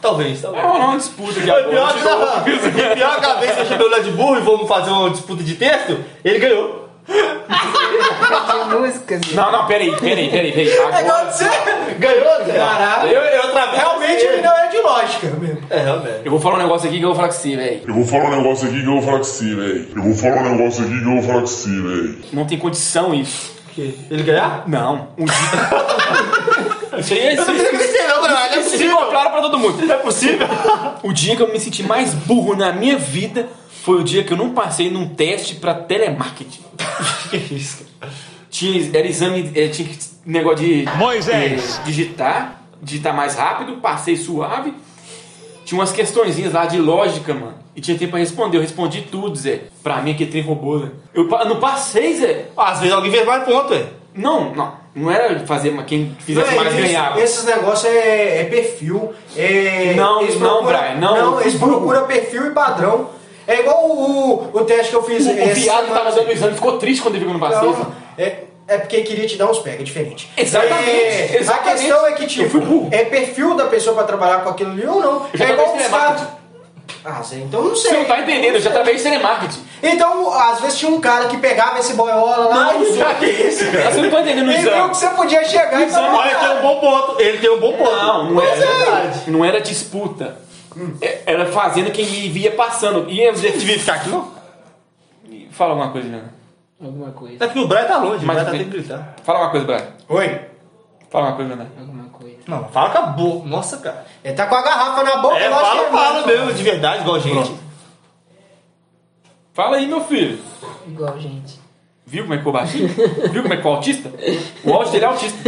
Speaker 2: talvez,
Speaker 4: É
Speaker 2: talvez.
Speaker 4: uma disputa aqui
Speaker 2: E pior,
Speaker 4: agora.
Speaker 2: que, e pior que a vez que eu chamei o Léo de burro e vamos fazer uma disputa de texto, ele ganhou.
Speaker 3: Tinha músicas.
Speaker 4: Não, não, peraí, peraí, peraí, peraí.
Speaker 3: É
Speaker 4: Agora
Speaker 2: Ganhou, Zé.
Speaker 5: Caralho.
Speaker 2: Eu, eu né? através.
Speaker 5: Realmente ele não é de lógica mesmo.
Speaker 2: É, realmente.
Speaker 4: eu vou falar um negócio aqui que eu vou falar com você, velho.
Speaker 8: Eu vou falar um negócio aqui que eu vou falar com você, velho. Eu vou falar um negócio aqui que eu vou falar com você, velho.
Speaker 4: Não tem condição isso.
Speaker 2: O quê? Ele ganhar?
Speaker 4: Não. Um dia. Isso aí é isso.
Speaker 2: acreditei, não, Bruno. Não
Speaker 4: Isso ficou claro pra todo mundo.
Speaker 2: Não é possível.
Speaker 4: O dia que eu me senti mais burro na minha vida foi o dia que eu não passei num teste pra telemarketing.
Speaker 2: que isso, cara?
Speaker 4: Tinha, era exame, eh, tinha que- negócio de eh, digitar, digitar mais rápido, passei suave. Tinha umas questõezinhas lá de lógica, mano. E tinha tempo pra responder. Eu respondi tudo, Zé. Pra mim, aquele trem robô, Zé. Eu pa- não passei, Zé.
Speaker 2: Às vezes alguém fez mais ponto, é.
Speaker 4: Não, não. Não era fazer ma- quem fizesse
Speaker 5: Não,
Speaker 4: mais
Speaker 5: isso-
Speaker 4: ganhava.
Speaker 5: É, Esses negócios é, é perfil. é-
Speaker 4: Não,
Speaker 5: eles
Speaker 4: não,
Speaker 5: procuram-
Speaker 4: Brian, não.
Speaker 5: eles procuram perfil e padrão. É igual o, o, o teste que eu fiz.
Speaker 4: O, o
Speaker 5: essa
Speaker 4: viado
Speaker 5: semana.
Speaker 4: tava dando o exame, ficou triste quando ele viu que eu não passei.
Speaker 5: Então,
Speaker 4: Zé.
Speaker 5: é, é porque queria te dar uns pega, é diferente.
Speaker 4: Exatamente,
Speaker 5: É,
Speaker 4: exatamente.
Speaker 5: A questão é que,
Speaker 4: Eu fui burro.
Speaker 5: tipo, é perfil da pessoa pra trabalhar com aquilo ali ou não.
Speaker 4: Eu já
Speaker 5: é igual
Speaker 4: trabalhei
Speaker 5: os
Speaker 4: telemarketing.
Speaker 5: caras. Ah, Zé, então eu não sei.
Speaker 4: Você não tá entendendo, eu já trabalhei em telemarketing.
Speaker 5: Então, às vezes tinha um cara que pegava esse boiola lá. e
Speaker 4: Não, que isso, cara? Você não tá entendendo o
Speaker 5: é Ele viu
Speaker 4: exame.
Speaker 5: que você podia chegar e
Speaker 4: Exame,
Speaker 2: Olha, ele
Speaker 5: trabalhar.
Speaker 2: tem um bom ponto. Ele tem um bom ponto.
Speaker 4: Não, não
Speaker 2: Mas
Speaker 4: era,
Speaker 2: é verdade.
Speaker 4: não era disputa. É- Era fazendo quem via passando. E eu
Speaker 2: devia ficar aqui, não?
Speaker 4: Fala uma coisa, Leandro.
Speaker 3: Alguma coisa.
Speaker 2: Até porque o Brian tá longe,
Speaker 4: Mas
Speaker 2: o Brian tá
Speaker 4: bem.
Speaker 2: tendo que gritar.
Speaker 4: Fala uma coisa, Brian.
Speaker 5: Oi.
Speaker 4: Fala uma coisa, Leandro.
Speaker 3: Alguma coisa.
Speaker 2: Não, fala com a boca. Nossa, cara.
Speaker 5: Ele tá com a garrafa na boca.
Speaker 2: É,
Speaker 5: eu acho que
Speaker 2: fala,
Speaker 5: é
Speaker 2: fala
Speaker 5: mesmo.
Speaker 2: mesmo, de verdade, igual a gente.
Speaker 4: Fala aí, meu filho.
Speaker 3: Igual, gente.
Speaker 4: Viu como é que ficou baixinho? Viu como é que ficou autista? O áudio dele é autista.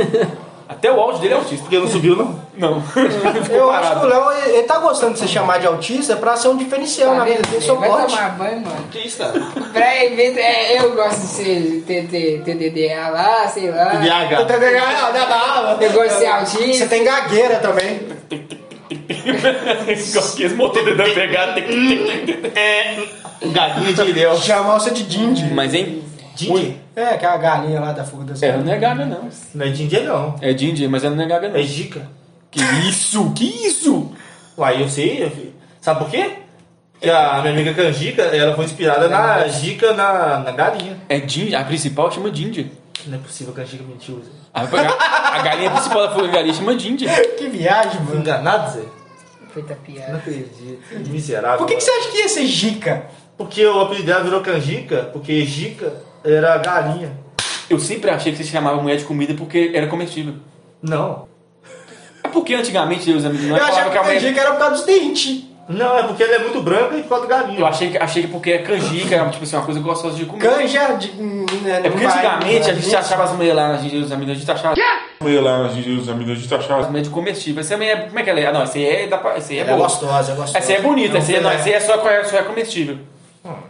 Speaker 4: Até o áudio dele é autista.
Speaker 2: Porque não subiu, não.
Speaker 4: Não. Ficou
Speaker 5: Eu acho que o
Speaker 4: tipo, parado.
Speaker 5: Léo, ele ele tá gostando de se chamar de autista pra ser um diferencial na vida dele. Só
Speaker 3: Tá Vai
Speaker 5: pode.
Speaker 3: tomar banho, mano.
Speaker 2: Que isso, cara?
Speaker 3: Pra evento, é, eu gosto de ser ter- ter- ter DDA lá, sei lá.
Speaker 5: Tá
Speaker 2: DH.
Speaker 5: entendendo? Ah, dá- dá- dá.
Speaker 3: Eu gosto de ser autista.
Speaker 5: Você tem gagueira também.
Speaker 4: Igual que esse motor tentando pegar. tic, tic, tic, tic.
Speaker 2: Galinha de Ilhéu.
Speaker 5: Chamar você de Dindi.
Speaker 4: Mas, hein?
Speaker 2: Dindi?
Speaker 5: É, aquela galinha lá da fuga das
Speaker 4: É, não é gaga, não.
Speaker 2: Não é Dindi, não.
Speaker 4: É Dindi, mas ela não é gaga, não.
Speaker 2: É Dica.
Speaker 4: Que isso? Que isso?
Speaker 2: Uai, eu sei, eu sei. Sabe por quê? Porque a minha amiga Canjica, ela foi inspirada na Jica na, na galinha.
Speaker 4: É Dindi, a principal chama Dindi.
Speaker 2: Não é possível que a Canjica mentiu, Zé.
Speaker 4: A, a, a galinha principal da galinha chama Dindi.
Speaker 5: Que viagem,
Speaker 2: Fui
Speaker 5: mano.
Speaker 2: enganado, Zé?
Speaker 3: Foi
Speaker 2: Não
Speaker 3: tapiado.
Speaker 2: acredito. Miserável.
Speaker 5: Por que, que você acha que ia ser Jica?
Speaker 2: Porque o apelido dela virou Canjica, porque Jica era galinha.
Speaker 4: Eu sempre achei que você chamava mulher de comida porque era comestível.
Speaker 2: Não.
Speaker 4: É porque antigamente os amigos não é
Speaker 5: Eu
Speaker 4: falavam
Speaker 5: achava
Speaker 4: que
Speaker 5: que
Speaker 4: a
Speaker 5: a
Speaker 4: mulher...
Speaker 5: Jica era por causa dos dentes.
Speaker 2: Não, é porque ela é muito branca e por causa do galinho.
Speaker 4: Eu achei que, achei que porque é canjica, era, tipo assim, uma coisa gostosa de comer.
Speaker 5: Canja de. hum, né,
Speaker 4: É porque
Speaker 5: não vai-
Speaker 4: antigamente a gente
Speaker 5: não
Speaker 4: achava as mulheres lá, a gente, os amigos, a gente achava
Speaker 8: Foi lá na gente dos amigos de
Speaker 4: as
Speaker 8: Tachá.
Speaker 4: mulheres de comestível. Essa também é... Como é que ela é? Ah, não, essa aí é, dá pra, essa aí é
Speaker 5: Ela é
Speaker 4: boa.
Speaker 5: gostosa, é gostosa.
Speaker 4: Essa aí é bonita,
Speaker 5: Não,
Speaker 4: essa aí é, não,
Speaker 5: é.
Speaker 4: essa aí é só, só é comestível.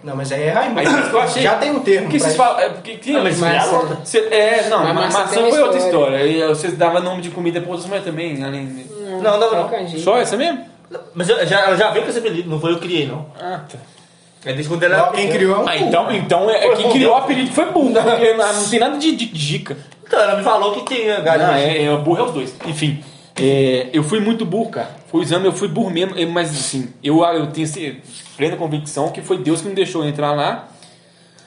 Speaker 5: Não, mas aí é
Speaker 4: Aí por isso que eu
Speaker 5: Raimundo.
Speaker 4: achei...
Speaker 5: Já tem um termo.
Speaker 4: Porque
Speaker 5: pra
Speaker 4: vocês
Speaker 5: isso.
Speaker 4: falam... É, porque, que,
Speaker 2: mas
Speaker 3: Mas-
Speaker 2: mulher louca.
Speaker 4: Cê- é, não,
Speaker 3: Mas
Speaker 4: ma- maçã,
Speaker 3: maçã tem uma
Speaker 4: foi outra
Speaker 3: história.
Speaker 4: história. E vocês davam nome de comida pra outras mulheres também, além de...
Speaker 2: Não, não, não.
Speaker 4: Só essa mesmo?
Speaker 2: Mas eu- já, ela já veio com esse apelido, não foi eu que criei, não.
Speaker 4: Ah, tá.
Speaker 2: É desde quando ela era
Speaker 5: Quem
Speaker 2: pequena.
Speaker 5: criou é um
Speaker 4: Ah, então, então é,
Speaker 2: Foi
Speaker 4: quem
Speaker 2: bom,
Speaker 4: criou o
Speaker 2: não.
Speaker 4: apelido foi burro, porque não, não tem nada de, de dica.
Speaker 2: Então, ela me falou que tinha galinha.
Speaker 4: Não, é, é, burro é os dois. Enfim, É, eu fui muito burro, cara. Foi o exame, eu fui burro mesmo, eh, mas assim, eu, eu tenho esse- plena convicção que foi Deus que me deixou entrar lá.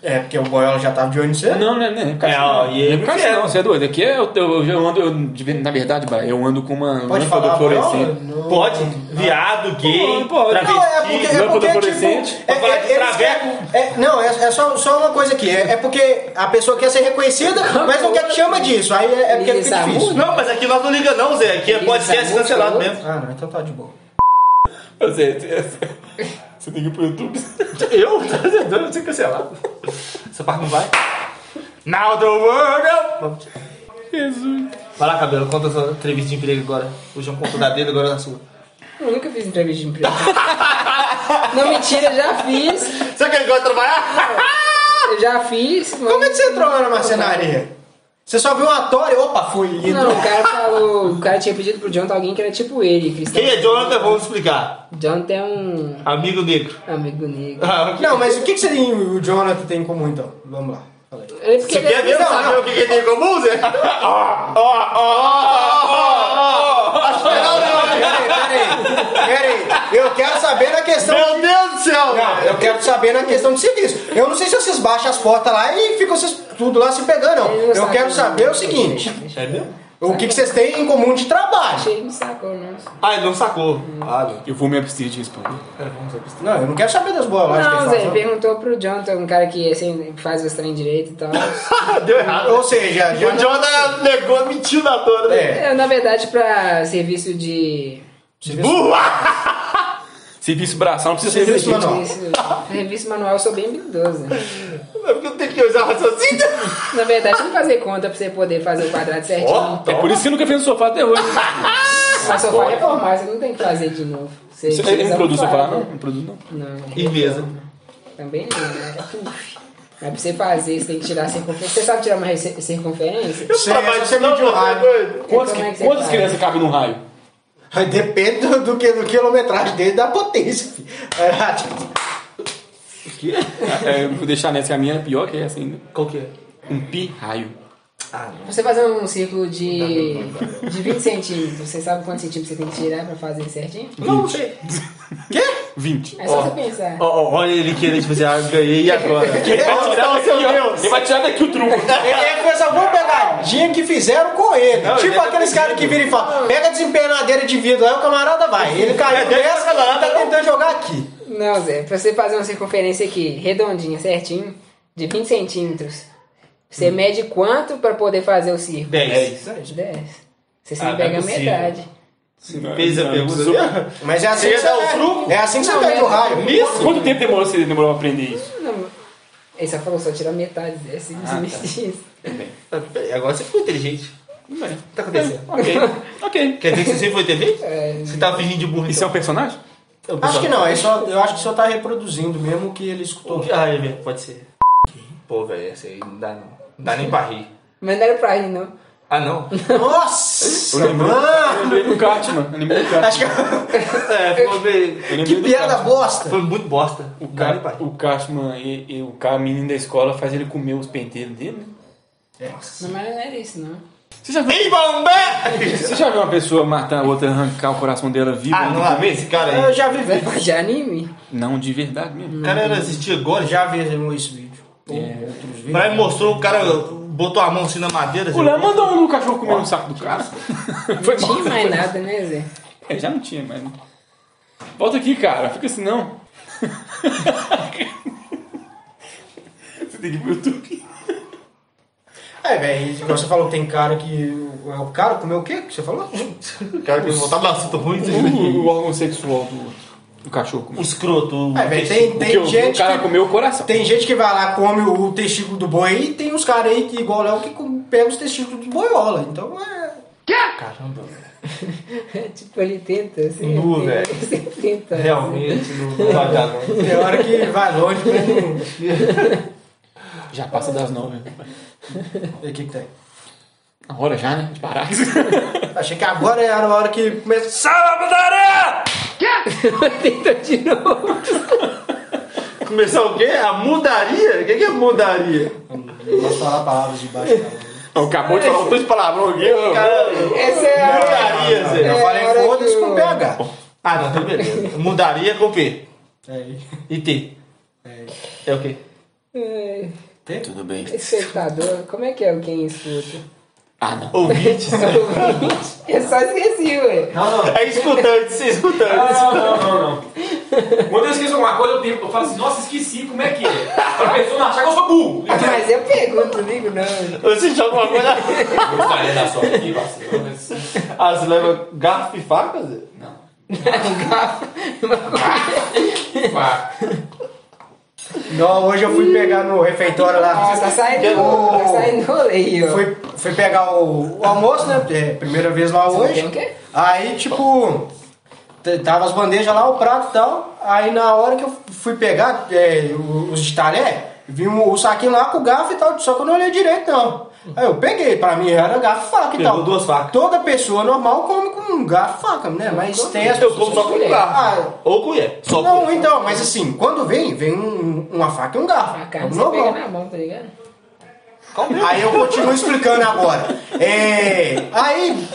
Speaker 5: É, porque o Boiola já tava de olho nisso.
Speaker 4: Não, não é, não é, cara,
Speaker 2: ó,
Speaker 4: não,
Speaker 2: e ele
Speaker 4: é por causa
Speaker 2: quer.
Speaker 4: não, você é doido. Aqui é- eu, eu, eu ando, eu, de ver- na verdade, Bara, eu ando com uma né?
Speaker 5: Pode
Speaker 4: lâmpada
Speaker 5: falar Boiola?
Speaker 4: fluorescente.
Speaker 2: é
Speaker 5: Não. é.
Speaker 2: Pode? Viado, gay,
Speaker 4: Pode, pode.
Speaker 2: travesti,
Speaker 5: Não, é porque, é
Speaker 4: lâmpada
Speaker 5: porque
Speaker 4: fluorescente,
Speaker 5: tipo, é,
Speaker 2: pra falar de
Speaker 5: é, eles
Speaker 2: traveco.
Speaker 5: querem- é, não, é, é só, só uma coisa aqui. É, é porque a pessoa quer ser reconhecida, mas não quer que chama disso. Aí é, é porque
Speaker 3: Ninguém
Speaker 5: fica
Speaker 3: sabe.
Speaker 5: difícil.
Speaker 2: Não, mas aqui nós não liga não, Zé. Aqui é
Speaker 3: Ele
Speaker 2: podcast
Speaker 3: sabe
Speaker 2: cancelado
Speaker 3: muito.
Speaker 2: mesmo.
Speaker 5: Ah, não, então tá de boa.
Speaker 4: Você, você, você tem que ir pro YouTube.
Speaker 2: Eu? Você é doido, eu ser cancelado. Essa parte não vai. Now the world... Vamos.
Speaker 4: Jesus.
Speaker 2: Vai lá, cabelo, conta a sua entrevista de emprego agora. O João contou da dele, agora é a sua.
Speaker 3: Eu nunca fiz entrevista de emprego. não, mentira, já fiz.
Speaker 2: Você quer que gosta de trabalhar?
Speaker 3: Eu já fiz. Mas...
Speaker 5: Como é que você entrou lá na marcenaria? Você só viu um ator e opa, fui. E
Speaker 3: Não, o cara falou. O cara tinha pedido pro Jonathan alguém que era tipo ele, cristão.
Speaker 2: Quem é Jonathan? Vamos explicar.
Speaker 3: Jonathan é um
Speaker 2: Amigo negro.
Speaker 3: amigo negro.
Speaker 2: Ah, ok.
Speaker 5: Não, mas o que, que você e o Jonathan tem em comum então? Vamos lá. fala aí.
Speaker 3: É porque
Speaker 2: Você
Speaker 3: ele
Speaker 2: quer
Speaker 3: é
Speaker 2: mesmo
Speaker 3: cristão.
Speaker 2: saber o que que tem em comum, Zé? Ó, ó, ó, ó, ó.
Speaker 5: Não, não, peraí, peraí. Peraí. Eu quero saber na questão.
Speaker 2: Meu Deus do céu!
Speaker 5: Não, eu quero saber na questão de serviço. Eu não sei se vocês baixam as portas lá e ficam vocês tudo lá se pegando, não.
Speaker 3: Ele não
Speaker 5: Eu
Speaker 3: sabe
Speaker 5: quero
Speaker 3: não.
Speaker 5: saber o seguinte:
Speaker 2: É mesmo?
Speaker 5: o que, que vocês têm em comum de trabalho?
Speaker 3: Ele me sacou, né?
Speaker 2: Ah, ele não sacou. Ah, não.
Speaker 4: Eu vou me abster de responder.
Speaker 5: Não, eu não quero saber das boas lá de quem
Speaker 3: Não,
Speaker 5: faz,
Speaker 3: Zé,
Speaker 5: não.
Speaker 3: perguntou pro Jonathan, um cara que assim, faz os trem direito e tal.
Speaker 2: Deu errado.
Speaker 5: Ou seja,
Speaker 2: E o
Speaker 5: já
Speaker 2: Jonathan negou, mentiu na dor, né?
Speaker 5: é.
Speaker 3: Eu, na verdade, pra serviço de.
Speaker 2: Burro!
Speaker 4: Serviço braçal, não precisa ser
Speaker 5: Serviço
Speaker 4: serviço.
Speaker 5: manual.
Speaker 3: Serviço, serviço manual, eu sou bem habilidoso. Né?
Speaker 2: É porque eu tenho que usar raciocínio.
Speaker 3: Na verdade, tem que fazer conta pra você poder fazer o quadrado certinho.
Speaker 2: Ó,
Speaker 4: É por isso que eu nunca fez no sofá até hoje.
Speaker 3: Mas só vai reformar, você não tem que fazer de novo. Você
Speaker 4: Você
Speaker 3: utiliza
Speaker 4: não produz
Speaker 3: um
Speaker 4: sofá,
Speaker 3: quadro.
Speaker 4: não? Não produz, não.
Speaker 3: Não,
Speaker 2: E mesa.
Speaker 3: também não, né? Puf. Mas pra você fazer, você tem que tirar a circunferência. Você sabe tirar uma rece- circunferência?
Speaker 2: Eu
Speaker 5: Sim,
Speaker 2: trabalho
Speaker 5: você
Speaker 2: de não,
Speaker 5: mediu
Speaker 2: você é
Speaker 5: errado.
Speaker 2: doido.
Speaker 4: Quantas,
Speaker 3: como é que você
Speaker 4: quantas
Speaker 3: faz?
Speaker 4: crianças cabem num raio?
Speaker 5: Depende do, do que, do quilometragem dele, da potência. filho. É,
Speaker 4: É, eu vou deixar nessa que a minha é pior que essa ainda.
Speaker 2: Qual que é?
Speaker 4: Um pi raio.
Speaker 3: Você fazer um círculo de, de 20 centímetros, você sabe quantos centímetros você tem que tirar pra fazer certinho?
Speaker 2: Não sei.
Speaker 4: 20.
Speaker 3: É só você pensar.
Speaker 2: Ó, ó, olha ele querendo, tipo assim, ah, ganhei e agora?
Speaker 5: Ele vai tirar
Speaker 2: Onde está o
Speaker 5: daqui,
Speaker 2: seu
Speaker 5: ó.
Speaker 2: Deus?
Speaker 4: Ele vai tirar daqui o truco.
Speaker 5: é foi essa boa pegadinha que fizeram com ele.
Speaker 2: Não,
Speaker 5: tipo
Speaker 2: ele é
Speaker 5: aqueles caras que viram e falam: pega a desempenadeira de vidro, aí o camarada vai. Ele caiu
Speaker 2: dentro da
Speaker 5: nessa,
Speaker 2: camarada,
Speaker 5: tá tentando jogar aqui.
Speaker 3: Não, Zé, pra você fazer uma circunferência aqui, redondinha, certinho, de 20 centímetros, você mede quanto pra poder fazer o círculo?
Speaker 2: 10.
Speaker 3: 10. É. Você
Speaker 2: Ah,
Speaker 3: sempre
Speaker 2: não
Speaker 3: pega
Speaker 2: é
Speaker 3: a
Speaker 2: possível.
Speaker 3: metade.
Speaker 2: Fez a pergunta dele?
Speaker 5: Mas é assim
Speaker 2: Você
Speaker 5: que
Speaker 2: ia
Speaker 5: você
Speaker 2: dar o
Speaker 5: perde-
Speaker 2: truco?
Speaker 5: É assim que você
Speaker 3: Não,
Speaker 5: perde
Speaker 3: né?
Speaker 5: o raio.
Speaker 2: Nisso?
Speaker 4: Quanto tempo demorou você demorou a aprender isso?
Speaker 3: Não, ele só falou, só tirar metade, Zé,
Speaker 2: Ah, tá.
Speaker 3: simplesmente isso.
Speaker 2: Agora você ficou inteligente. O
Speaker 4: Bem,
Speaker 2: que tá acontecendo?
Speaker 4: ok. ok.
Speaker 2: Quer dizer que você sempre foi inteligente?
Speaker 3: É,
Speaker 2: Você tava fingindo de burro,
Speaker 4: Isso é um
Speaker 2: então.
Speaker 4: personagem?
Speaker 5: Acho que não, é só, eu acho que só tá reproduzindo mesmo o que ele escutou.
Speaker 2: Ah, é mesmo, pode ser. Pô, velho, essa aí não dá não. Não dá nem pra rir.
Speaker 3: mas não era pra rir, não.
Speaker 2: Ah, não?
Speaker 5: Nossa!
Speaker 2: um
Speaker 4: Eu
Speaker 5: mano!
Speaker 4: lembrei do Cartman. Eu lembrei do Cartman.
Speaker 5: Acho que,
Speaker 2: É, ficou bem...
Speaker 4: Eu lembrei
Speaker 5: que
Speaker 4: do
Speaker 5: piada
Speaker 4: Cartman.
Speaker 5: bosta!
Speaker 2: Foi muito bosta.
Speaker 4: O,
Speaker 2: Não dá nem é pra
Speaker 4: cara,
Speaker 2: rir.
Speaker 4: o Cartman e, e o cara, menino da escola, faz ele comer os penteiros dele, né?
Speaker 3: Não, mas não era isso, não.
Speaker 4: Você já viu,
Speaker 2: Ei, Bombé!
Speaker 4: você já viu uma pessoa matar a outra, arrancar o coração dela vivo?
Speaker 2: Ah, não lá vem esse cara
Speaker 5: Eu
Speaker 2: aí.
Speaker 5: já vi,
Speaker 3: Vai de anime?
Speaker 4: Não, de verdade mesmo.
Speaker 2: O cara era assistir agora. Já...
Speaker 5: já vi esse vídeo. Ou outros vídeos.
Speaker 2: É. Pra mostrou, o cara botou a mão assim na madeira.
Speaker 4: O Léo mandou um cachorro comer no saco do cara. Foi
Speaker 3: Não tinha mais nada, né, Zé?
Speaker 4: É, já não tinha, mas. Volta aqui, cara. Fica assim, não. Você tem que ir pro YouTube.
Speaker 5: É, velho, igual você falou que tem cara que. É o cara comeu o quê que você falou?
Speaker 2: O cara que voltava no assunto ruim. assim.
Speaker 4: O, o órgão sexual do, do cachorro
Speaker 2: O
Speaker 4: comeu.
Speaker 2: escroto. o
Speaker 5: É, velho,
Speaker 2: testículo.
Speaker 5: tem,
Speaker 4: Porque
Speaker 5: tem
Speaker 4: o- o
Speaker 5: gente.
Speaker 4: cara
Speaker 5: que,
Speaker 4: comeu o coração.
Speaker 5: Tem gente que vai lá, come o testículo do boi e tem uns caras aí que, igual o Léo, que com- pega os testículos do boiola. Então é.
Speaker 2: Caramba, velho.
Speaker 3: Tipo, ele tenta, assim.
Speaker 2: Nu,
Speaker 3: ele
Speaker 2: velho.
Speaker 3: tenta, Você tenta.
Speaker 2: Realmente, não não vai dar não.
Speaker 5: é, Tem hora que vai longe pra não.
Speaker 4: Já passa das nove.
Speaker 5: E o que, que tem?
Speaker 4: Na hora já, né? De parar.
Speaker 5: Achei que agora era a hora que começa.
Speaker 2: Salamandaré!
Speaker 3: Tenta de novo.
Speaker 2: Começar o quê? A mudaria? O que que é mudaria?
Speaker 5: Não posso falar palavras de baixo. tá não.
Speaker 4: Não, acabou de falar um tanto de palavrão aqui. eu-
Speaker 2: Caramba.
Speaker 3: Essa é a.
Speaker 2: Mudaria, Zé.
Speaker 5: Eu
Speaker 3: É,
Speaker 5: falei
Speaker 3: hora
Speaker 5: foda-se
Speaker 3: que
Speaker 5: com
Speaker 3: o-
Speaker 5: PH.
Speaker 2: Ah, não, então beleza. Mudaria com P.
Speaker 5: É,
Speaker 2: E T. É o quê?
Speaker 3: É,
Speaker 4: Tudo bem.
Speaker 3: Espectador, como é que é o quem escuta?
Speaker 4: Ah, não.
Speaker 2: Ouvinte.
Speaker 3: Eu só esqueci, ué.
Speaker 5: Não, não.
Speaker 2: É escutante, se escutante.
Speaker 4: Não, não, não, não. Quando eu esqueço alguma coisa, eu pergunto, eu falo assim, nossa, esqueci, como é que é? Pra pessoa não achar que eu sou burro.
Speaker 3: Mas eu pergunto, não digo não.
Speaker 2: Você joga uma coisa.
Speaker 4: Eu gostaria da sorte aqui, vacilão, mas...
Speaker 2: Ah, você leva garfo e faca, Zé?
Speaker 4: Não. Pá.
Speaker 5: Não, hoje eu fui pegar no refeitório lá.
Speaker 3: Ah, tá saindo, tá saindo rolê, ó.
Speaker 5: Fui, fui pegar o, o almoço, né? É, primeira vez lá hoje.
Speaker 3: tem o quê?
Speaker 5: Aí, tipo, t- tava as bandejas lá, o prato e tal. Aí na hora que eu fui pegar é, o- os de talher, vi um, o saquinho lá com o garfo e tal, só que eu não olhei direito, não. Aí eu peguei, pra mim era garfo e faca e
Speaker 2: Pegou
Speaker 5: tal.
Speaker 2: duas facas.
Speaker 5: Toda pessoa normal come com garfo e faca, né? Mas tem as
Speaker 2: Eu como só é. com um garfo.
Speaker 5: Ah.
Speaker 2: Ou colher. Só
Speaker 5: Não,
Speaker 2: colher.
Speaker 5: então, mas assim, quando vem, vem um- uma faca e um garfo.
Speaker 3: A carne você
Speaker 5: Normal.
Speaker 3: pega na mão, tá ligado?
Speaker 5: Aí eu continuo explicando agora. É, aí,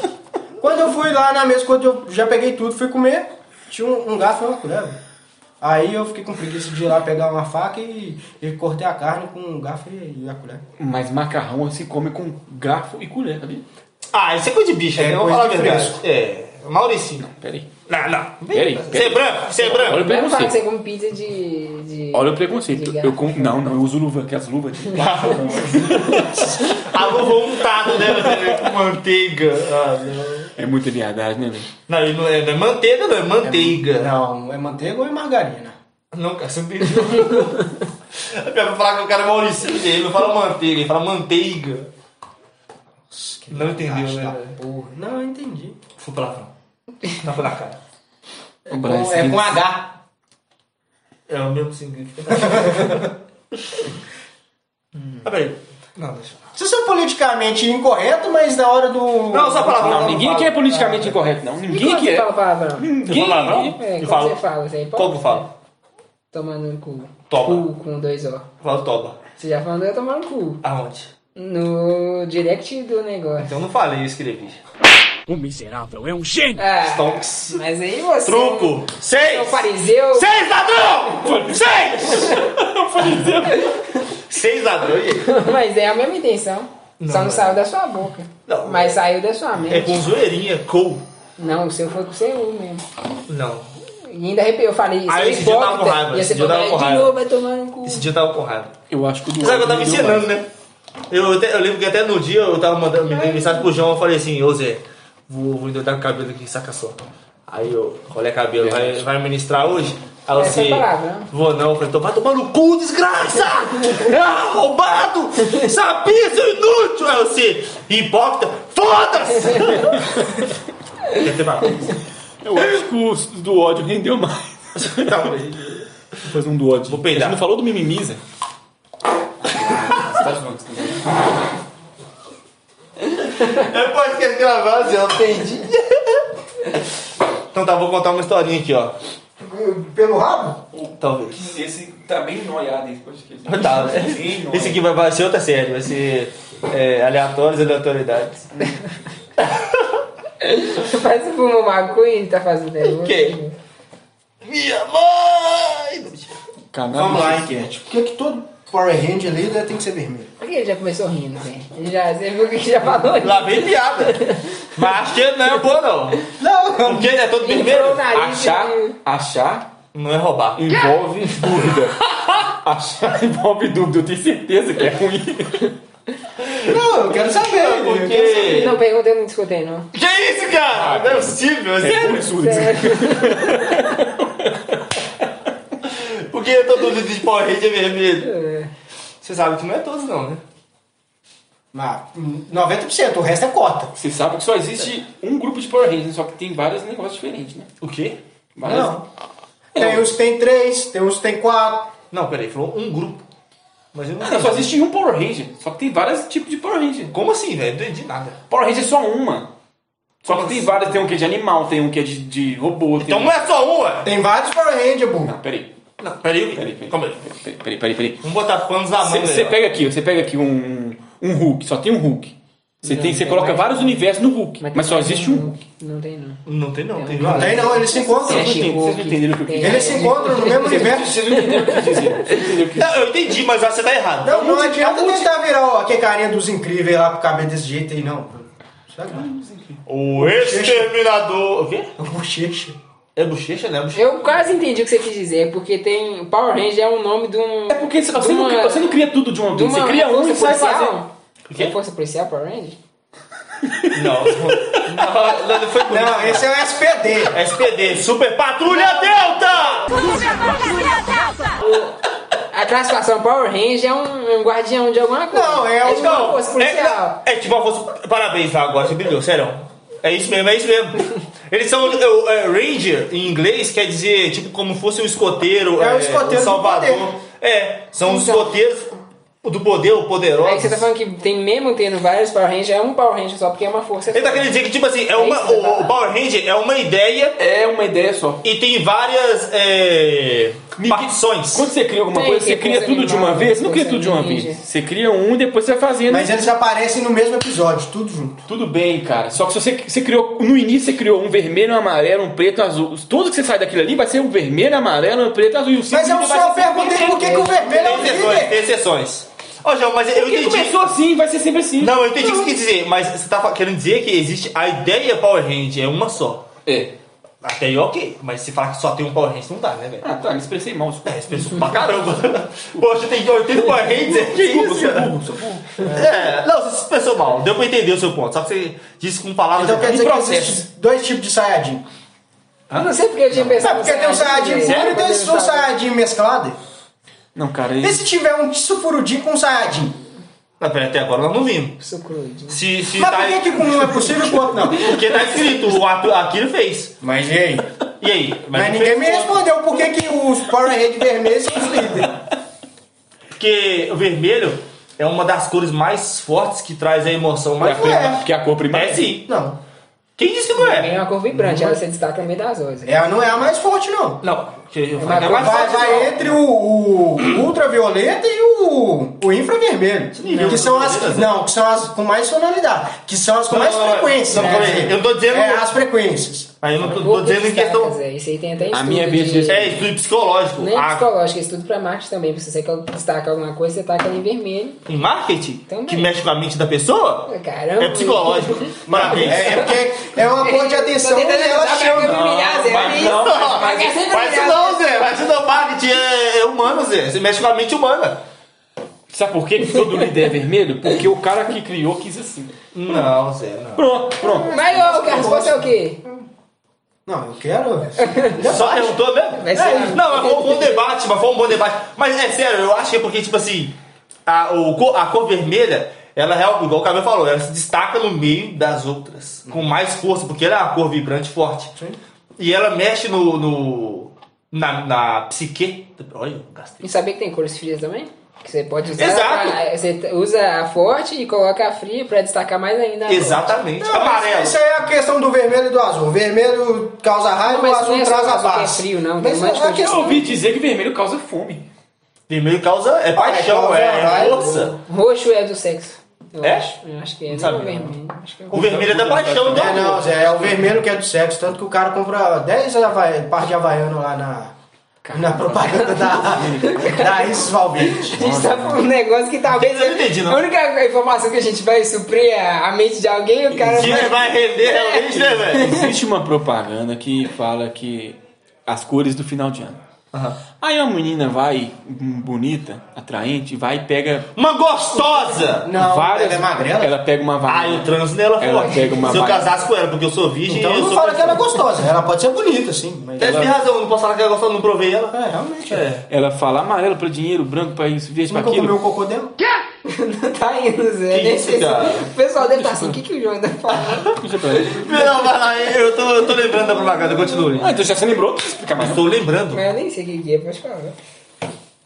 Speaker 5: quando eu fui lá na mesa, quando eu já peguei tudo, fui comer, tinha um, um garfo e uma colher. velho. Aí eu fiquei com preguiça de ir lá pegar uma faca e, e cortei a carne com um garfo e, e a colher.
Speaker 4: Mas macarrão se come com garfo e colher, sabia?
Speaker 2: Ah, isso é coisa de bicha,
Speaker 5: É
Speaker 2: né? Vamos
Speaker 5: coisa
Speaker 2: falar a
Speaker 5: de
Speaker 2: verdade.
Speaker 5: fresco.
Speaker 2: É. Mauricino.
Speaker 4: Peraí.
Speaker 2: Não, não.
Speaker 4: Peraí,
Speaker 2: Você é
Speaker 4: peraí.
Speaker 2: branco, você é
Speaker 4: Olha
Speaker 2: branco.
Speaker 4: o
Speaker 3: Não fala que
Speaker 4: preconceito.
Speaker 3: você come pizza de. de...
Speaker 4: Olha o preconceito.
Speaker 3: de
Speaker 4: Eu
Speaker 3: garfo.
Speaker 4: com... Não, não, eu uso luva, aquelas luvas de plástico.
Speaker 2: A luva untada, né? Zé? Com manteiga. Ah, não.
Speaker 4: É muita viadagem, né, velho?
Speaker 2: Não, e não é, não é manteiga, não. É manteiga.
Speaker 5: Não, é manteiga ou é margarina?
Speaker 2: Não, cara, você não entendeu. Eu quero falar que o cara é Mauricino dele. Ele não fala manteiga, ele fala manteiga. Não entendeu,
Speaker 5: Acho
Speaker 2: né?
Speaker 5: da
Speaker 2: velho?
Speaker 5: porra. Não, eu entendi.
Speaker 2: Fui pra lá. Não foi na cara.
Speaker 4: O
Speaker 5: Com-
Speaker 4: Brasil-
Speaker 5: é com H.
Speaker 2: É o mesmo significado. Ah, peraí. Não, deixa eu falar.
Speaker 5: Vocês são politicamente incorreto, mas na hora do.
Speaker 2: Não, só falar.
Speaker 4: Não, ninguém aqui é politicamente incorreto, não.
Speaker 3: E
Speaker 4: Ninguém
Speaker 3: quando
Speaker 4: aqui
Speaker 3: você
Speaker 4: é.
Speaker 3: fala palavrão?
Speaker 4: Ninguém
Speaker 2: Eu falo, não?
Speaker 3: É,
Speaker 2: Eu
Speaker 3: quando
Speaker 2: falo.
Speaker 3: você fala, você pode?
Speaker 2: Hum. Qual que eu falo?
Speaker 3: Tomar no cu.
Speaker 2: Toma.
Speaker 3: Cu com dois O.
Speaker 2: Eu falo toba.
Speaker 3: Você já falou, eu tomar no cu.
Speaker 2: Aonde?
Speaker 3: No direct do negócio.
Speaker 2: Então eu não falei, eu escrevi.
Speaker 3: Ah,
Speaker 2: Stonks.
Speaker 3: mas aí você.
Speaker 2: Truco.
Speaker 3: É
Speaker 2: Seis.
Speaker 3: um fariseu.
Speaker 2: Seis ladrão! Seis! Seis ladrão e aí?
Speaker 3: Mas é a mesma intenção. Só não saiu da sua boca.
Speaker 2: Não.
Speaker 3: Mas saiu da sua mente.
Speaker 2: É com zoeirinha, cool.
Speaker 3: Não, o seu foi com o seu mesmo.
Speaker 2: Não.
Speaker 3: E ainda arrepiou, eu falei isso.
Speaker 2: Aí
Speaker 3: é
Speaker 2: Ah, esse dia eu tava com
Speaker 3: hipócrita.
Speaker 2: raiva,
Speaker 3: E
Speaker 2: esse
Speaker 3: você
Speaker 2: dia eu
Speaker 3: falou,
Speaker 2: tava com
Speaker 3: "Ai, de
Speaker 2: raiva."
Speaker 3: novo vai tomar no cu.
Speaker 2: Esse dia eu tava com raiva.
Speaker 4: Eu acho que o do
Speaker 2: Sabe que eu tava
Speaker 4: deu
Speaker 2: ensinando,
Speaker 4: mais.
Speaker 2: né? Eu, até- eu lembro que até no dia eu tava mandando me dei mensagem pro João, eu falei assim, ô Zé, vou, vou endoidar o cabelo aqui, saca só. Aí eu, olha cabelo, vai, vai ministrar hoje? Aí eu
Speaker 3: Essa
Speaker 2: assim,
Speaker 3: é a palavra, né?
Speaker 2: vou não, eu falei, então vai tomar no cu, desgraça! Ah, roubado! Sabia, seu inútil! Aí eu assim, hipócrita, foda-se! Quer ter uma coisa?
Speaker 4: Eu acho que o do ódio rendeu mais.
Speaker 2: Então,
Speaker 4: Depois um do ódio.
Speaker 2: Vou peidar.
Speaker 4: Você não falou do mimimiza?
Speaker 2: Eu posso querer gravar, Zé, eu entendi. Então tá, vou contar uma historinha aqui, ó.
Speaker 5: Pelo rabo?
Speaker 2: Talvez.
Speaker 4: Esse tá bem noiado esse podcast.
Speaker 2: Tá, né? Esse aqui vai, vai ser outra série, vai ser é, aleatórios e aleatoriedades.
Speaker 3: Parece que fumou maconha e ele tá fazendo negócio.
Speaker 2: Quem? Minha mãe!
Speaker 5: Vamos lá, enquete. Por que é que todo Power Ranger líder tem que ser vermelho?
Speaker 3: Por que ele já começou rindo, Zé? Ele já, você viu o que ele já falou?
Speaker 2: Lá vem piada. Mas acho que não é boa, não.
Speaker 5: Não!
Speaker 2: Porque é todo
Speaker 3: Ele entrou
Speaker 2: vermelho.
Speaker 3: o nariz
Speaker 4: Achar,
Speaker 3: e-
Speaker 4: achar
Speaker 2: Não é roubar.
Speaker 4: envolve dúvida. Achar envolve dúvida. Eu tenho certeza que é ruim.
Speaker 5: Não, eu quero saber. eu quero saber.
Speaker 2: Porque...
Speaker 3: Não, pergunta eu não escutei, não.
Speaker 2: Que isso, cara? Não é possível.
Speaker 4: É
Speaker 2: Sério?
Speaker 4: absurdo.
Speaker 2: Porque todo mundo de Power Ranger é vermelho.
Speaker 3: É.
Speaker 2: Você sabe que não é todos, não, né?
Speaker 5: Mas hum, 90%, o resto é cota.
Speaker 4: Você sabe que só existe um grupo de Power Rangers, só que tem vários negócios diferentes, né?
Speaker 2: O quê?
Speaker 4: Várias...
Speaker 5: Tem uns que tem três, tem uns que tem quatro.
Speaker 2: Não, peraí, falou um grupo. Mas eu não
Speaker 4: Não, só existe um Power Ranger, só que tem vários tipos de Power Ranger.
Speaker 2: Como assim, velho? Não entendi nada.
Speaker 4: Power Ranger é só uma. Só que tem várias, tem um que é de animal, tem um que é de, de robô, tem
Speaker 2: Então
Speaker 4: um...
Speaker 2: não é só uma!
Speaker 5: Tem vários Power Ranger, burro.
Speaker 4: Não, peraí,
Speaker 2: Não, peraí,
Speaker 4: peraí,
Speaker 2: peraí.
Speaker 4: peraí,
Speaker 2: Calma aí.
Speaker 4: peraí, peraí, peraí, peraí.
Speaker 3: Ah,
Speaker 2: Vamos botar panos na mão. né?
Speaker 4: Você
Speaker 2: aí, ó.
Speaker 4: pega aqui, você pega aqui um, um Hulk, só tem um Hulk. Você
Speaker 3: Não,
Speaker 4: tem, você
Speaker 3: tem
Speaker 4: coloca
Speaker 3: mais.
Speaker 4: vários universos no Hulk, mas,
Speaker 3: tem
Speaker 4: só
Speaker 3: que-
Speaker 4: existe um.
Speaker 3: não, Não tem, não.
Speaker 2: Não tem não, tem
Speaker 5: Não
Speaker 2: não.
Speaker 5: tem não, eles se encontram.
Speaker 3: Tem
Speaker 4: entendem,
Speaker 3: Hulk,
Speaker 4: vocês não entenderam o que eu
Speaker 3: tem-
Speaker 4: quis
Speaker 5: Eles se encontram no mesmo universo.
Speaker 4: Vocês não entenderam o que eu quis dizer. Vocês não entenderam o que eu quis dizer.
Speaker 2: Não, eu entendi, mas você tá errado.
Speaker 5: Não, não adianta tentar virar ó, aquele carinha dos incríveis lá pro cabelo desse jeito aí, não. Isso é grande.
Speaker 2: O exterminador. O quê?
Speaker 5: É uma bochecha.
Speaker 2: É bochecha, né? Bochecha.
Speaker 3: Eu quase entendi o que você quis dizer, porque tem. Power Ranger é o nome de um.
Speaker 4: É porque você, você não,
Speaker 3: Uma-
Speaker 4: cria- você não cria tudo de uma
Speaker 3: de
Speaker 4: vez.
Speaker 3: uma
Speaker 4: Você cria um
Speaker 3: força
Speaker 4: e sai
Speaker 3: policial.
Speaker 4: fazendo.
Speaker 3: É força policial, Power Ranger?
Speaker 2: Não. Não, não, não foi bonito.
Speaker 5: Não, esse é o SPD.
Speaker 2: SPD, Super Patrulha Delta!
Speaker 3: A classificação Power Ranger é um, um guardião de alguma coisa.
Speaker 5: Não, é
Speaker 3: é
Speaker 5: um-
Speaker 3: tipo uma força policial.
Speaker 2: É, é tipo uma força. Parabéns lá agora, você brilhou, sério. É isso mesmo, é isso mesmo. Eles são. é, é, Ranger, em inglês, quer dizer, tipo, como fosse um escoteiro. um
Speaker 5: É o escoteiro do
Speaker 2: Salvador.
Speaker 5: poder.
Speaker 2: É, são os
Speaker 3: Então.
Speaker 2: escoteiros do poder, o poderoso.
Speaker 3: Aí que você tá falando que tem mesmo tendo vários Power Rangers, é um Power Ranger só, porque é uma força.
Speaker 2: Ele tá querendo dizer que, tipo assim, é uma,
Speaker 3: isso que você
Speaker 2: o,
Speaker 3: tá
Speaker 2: o
Speaker 3: falando.
Speaker 2: Power Ranger é uma ideia
Speaker 4: É uma ideia só.
Speaker 2: e tem várias é, partições.
Speaker 4: Quando você cria alguma
Speaker 3: Tem,
Speaker 4: coisa, você
Speaker 3: tem
Speaker 4: cria
Speaker 3: coisa
Speaker 4: tudo de uma
Speaker 3: animal,
Speaker 4: vez? Você não
Speaker 3: coisa
Speaker 4: cria tudo de uma vez.
Speaker 3: ninja.
Speaker 4: Você cria um e depois você vai fazendo.
Speaker 5: Mas eles aparecem no mesmo episódio, tudo junto.
Speaker 4: é Tudo bem, cara. Só que se você, você criou. No início você criou um vermelho, um amarelo, um preto, um azul. Tudo que você sai daquilo ali vai ser um vermelho, amarelo, um preto, azul. E o
Speaker 5: Mas eu
Speaker 4: ciclo vai
Speaker 5: só
Speaker 4: ser- assim.
Speaker 5: perguntei por que, que o vermelho é o
Speaker 2: Tem exceções,
Speaker 5: líder.
Speaker 2: tem exceções. Ó, João, mas eu
Speaker 4: Porque
Speaker 2: entendi.
Speaker 4: começou assim, vai ser sempre assim.
Speaker 2: Não, eu entendi o que você quis dizer, mas você tá fa- querendo dizer que existe a ideia Power Ranger, é uma só.
Speaker 4: É.
Speaker 2: Até aí, ok, mas se falar que só tem um Power Ranger, não dá, né, velho?
Speaker 4: Ah, tá, me expressei mal. desculpa.
Speaker 2: É, esse pessoal pra caramba. Poxa, tem 80 Power Rangers, que isso,
Speaker 5: é
Speaker 2: cara? É, não, você se expressou mal, deu pra entender o seu ponto, só que você disse com palavras...
Speaker 5: Então quer dizer que
Speaker 2: Processo.
Speaker 5: existem dois tipos de Saiyajin.
Speaker 3: Eu Não sei porque eu tinha pensado.
Speaker 5: Sabe, porque tem um Saiyajin puro e tem um Saiyajin mesclado.
Speaker 4: Não, cara, é
Speaker 5: E
Speaker 4: esse...
Speaker 5: se tiver um Tsufurudin com um Saiyajin?
Speaker 2: Mas peraí, até agora nós não vimos.
Speaker 3: Sucrude.
Speaker 2: Se, se
Speaker 5: Mas
Speaker 2: tá...
Speaker 5: por que, que com um é possível e com o outro não?
Speaker 2: Porque tá escrito, o Arthur Aquino fez.
Speaker 5: Mas e aí?
Speaker 2: E aí?
Speaker 5: Mas
Speaker 2: não
Speaker 5: ninguém
Speaker 2: fez?
Speaker 5: me respondeu por que, que os Power Rangers vermelhos são os líderes.
Speaker 2: Porque o vermelho é uma das cores mais fortes que traz a emoção
Speaker 4: é
Speaker 2: mais
Speaker 4: a
Speaker 2: forte.
Speaker 4: prima- que é a cor primária.
Speaker 2: É sim.
Speaker 5: Não.
Speaker 2: Quem disse que não é?
Speaker 3: É uma cor vibrante, ela se destaca no meio das outras.
Speaker 5: Ela não é a mais forte, não.
Speaker 2: Não, que eu
Speaker 3: uma
Speaker 2: falei,
Speaker 3: cor-
Speaker 2: mas
Speaker 5: Vai, vai entre o, o ultravioleta e o, o infravermelho.
Speaker 2: viu
Speaker 5: Que são as.
Speaker 2: ultravioleta?
Speaker 5: Não, que são as com mais sonoridade. Que são as com
Speaker 2: Não,
Speaker 5: mais
Speaker 2: não,
Speaker 5: frequências.
Speaker 2: não,
Speaker 5: né?
Speaker 2: calma aí. Eu tô dizendo-
Speaker 5: É, as frequências.
Speaker 2: Aí eu não tô, tô
Speaker 3: Poucos
Speaker 2: dizendo em
Speaker 3: destacas,
Speaker 2: questão.
Speaker 3: é. Isso aí tem até estudo.
Speaker 4: A minha vez
Speaker 3: de...
Speaker 4: de-
Speaker 2: É, estudo psicológico. Ah,
Speaker 3: Nem
Speaker 2: A-
Speaker 3: psicológico, estudo pra marketing também. Se você quer destacar alguma coisa, você taca ali em vermelho.
Speaker 2: Em marketing,
Speaker 3: Também.
Speaker 2: que mexe com a mente da pessoa,
Speaker 3: Caramba.
Speaker 2: é psicológico. Parabéns.
Speaker 5: É, é porque é uma cor de atenção
Speaker 3: Tô
Speaker 5: e
Speaker 3: tentando
Speaker 5: ela
Speaker 3: lembrar pra
Speaker 5: chama.
Speaker 3: que eu me humilhar, Zé. Olha
Speaker 4: mas
Speaker 3: isso.
Speaker 4: não,
Speaker 3: Mas é sempre
Speaker 2: Mas isso
Speaker 3: humilhar,
Speaker 2: não, Zé. Mas isso não, marketing é, é humano, Zé. Você mexe com a mente humana.
Speaker 4: Sabe por quê que todo líder é vermelho? Porque o cara que criou quis assim.
Speaker 2: Não, Zé, não.
Speaker 4: Pronto, pronto.
Speaker 3: Mas ô, que a resposta é o quê?
Speaker 5: Não, eu quero.
Speaker 2: Só perguntou mesmo?
Speaker 3: Vai ser-
Speaker 2: É, não, mas foi um bom debate, mas foi um bom debate. Mas é sério, eu acho que é porque, tipo assim, a, o co- a cor vermelha, ela realmente, igual o Cabelo falou, ela se destaca no meio das outras, com mais força, porque ela é uma cor vibrante e forte. E ela mexe no. no- na, na psique. Olha, eu gastei.
Speaker 3: E saber que tem cores frias também? Que você pode usar.
Speaker 2: Exato.
Speaker 3: pra- você t- usa a forte e coloca a fria pra destacar mais ainda. a
Speaker 2: Exatamente.
Speaker 5: Não,
Speaker 2: Amarelo.
Speaker 5: Isso aí é a questão do vermelho e do azul. O vermelho causa raiva e
Speaker 3: Não,
Speaker 5: o
Speaker 3: mas
Speaker 5: azul
Speaker 3: não é só
Speaker 5: traz
Speaker 3: o
Speaker 5: a
Speaker 3: azul que é
Speaker 5: paz.
Speaker 3: frio, não. Tem
Speaker 5: Mas
Speaker 3: mais
Speaker 5: é a
Speaker 3: coisa.
Speaker 4: Eu
Speaker 5: questão.
Speaker 4: ouvi dizer que vermelho causa fome.
Speaker 2: Vermelho causa. É paixão,
Speaker 5: causa
Speaker 2: é
Speaker 5: raiva. né?
Speaker 2: força.
Speaker 3: outra. Roxo é do sexo. Eu
Speaker 2: É?
Speaker 3: Acho, eu acho que é. Não,
Speaker 2: sabia,
Speaker 3: vermelho. Acho que é
Speaker 2: O vermelho é da paixão, do
Speaker 5: É, não,
Speaker 2: amor.
Speaker 5: Zé, é o vermelho que é do sexo. Tanto que o cara compra 10 havaiano, par de havaiano lá na, na propaganda da, da Isis Valverde.
Speaker 3: A
Speaker 4: é
Speaker 3: gente tá falando um negócio que talvez.
Speaker 2: Eu não entendi, não.
Speaker 3: A única informação que a gente vai suprir é a mente de alguém, o cara
Speaker 2: Que
Speaker 3: vai.
Speaker 2: vai render
Speaker 5: É.
Speaker 2: realmente, né, velho?
Speaker 4: É, Existe uma propaganda que fala que as cores do final de ano. Aí uma menina vai, hum, bonita, atraente, vai e pega
Speaker 2: Uma gostosa!
Speaker 5: Não,
Speaker 4: várias.
Speaker 5: ela é magrela.
Speaker 4: Ela pega uma
Speaker 2: Ah,
Speaker 4: varinha.
Speaker 2: eu transo nela
Speaker 4: Ela
Speaker 2: forte.
Speaker 4: pega uma
Speaker 2: Se eu
Speaker 4: vaga.
Speaker 2: casasse com ela, porque eu sou virgem,
Speaker 5: Então
Speaker 2: eu
Speaker 5: não
Speaker 2: sou.
Speaker 5: fala que ela é gostosa. Ela pode ser bonita, sim. Mas
Speaker 2: Deve
Speaker 5: ela...
Speaker 2: ter razão, não posso falar que ela gostosa, não provei ela.
Speaker 5: É, realmente.
Speaker 2: É.
Speaker 4: Ela fala amarelo pra dinheiro, branco pra isso, verde pra
Speaker 5: Nunca comeu
Speaker 4: aquilo.
Speaker 5: um cocô dela?
Speaker 3: tá indo, Zé.
Speaker 2: Que
Speaker 3: Nem
Speaker 2: isso,
Speaker 3: sei se-
Speaker 2: cara?
Speaker 3: O pessoal deve estar assim, o que, que o João tá falando?
Speaker 4: Deixa pra lá.
Speaker 2: Não, vai lá, eu tô, eu tô lembrando da propaganda, continue.
Speaker 4: Ah, então já se lembrou? Deixa eu explicar mais.
Speaker 2: Estou lembrando.
Speaker 3: Mas eu nem sei o que, que é, pode falar.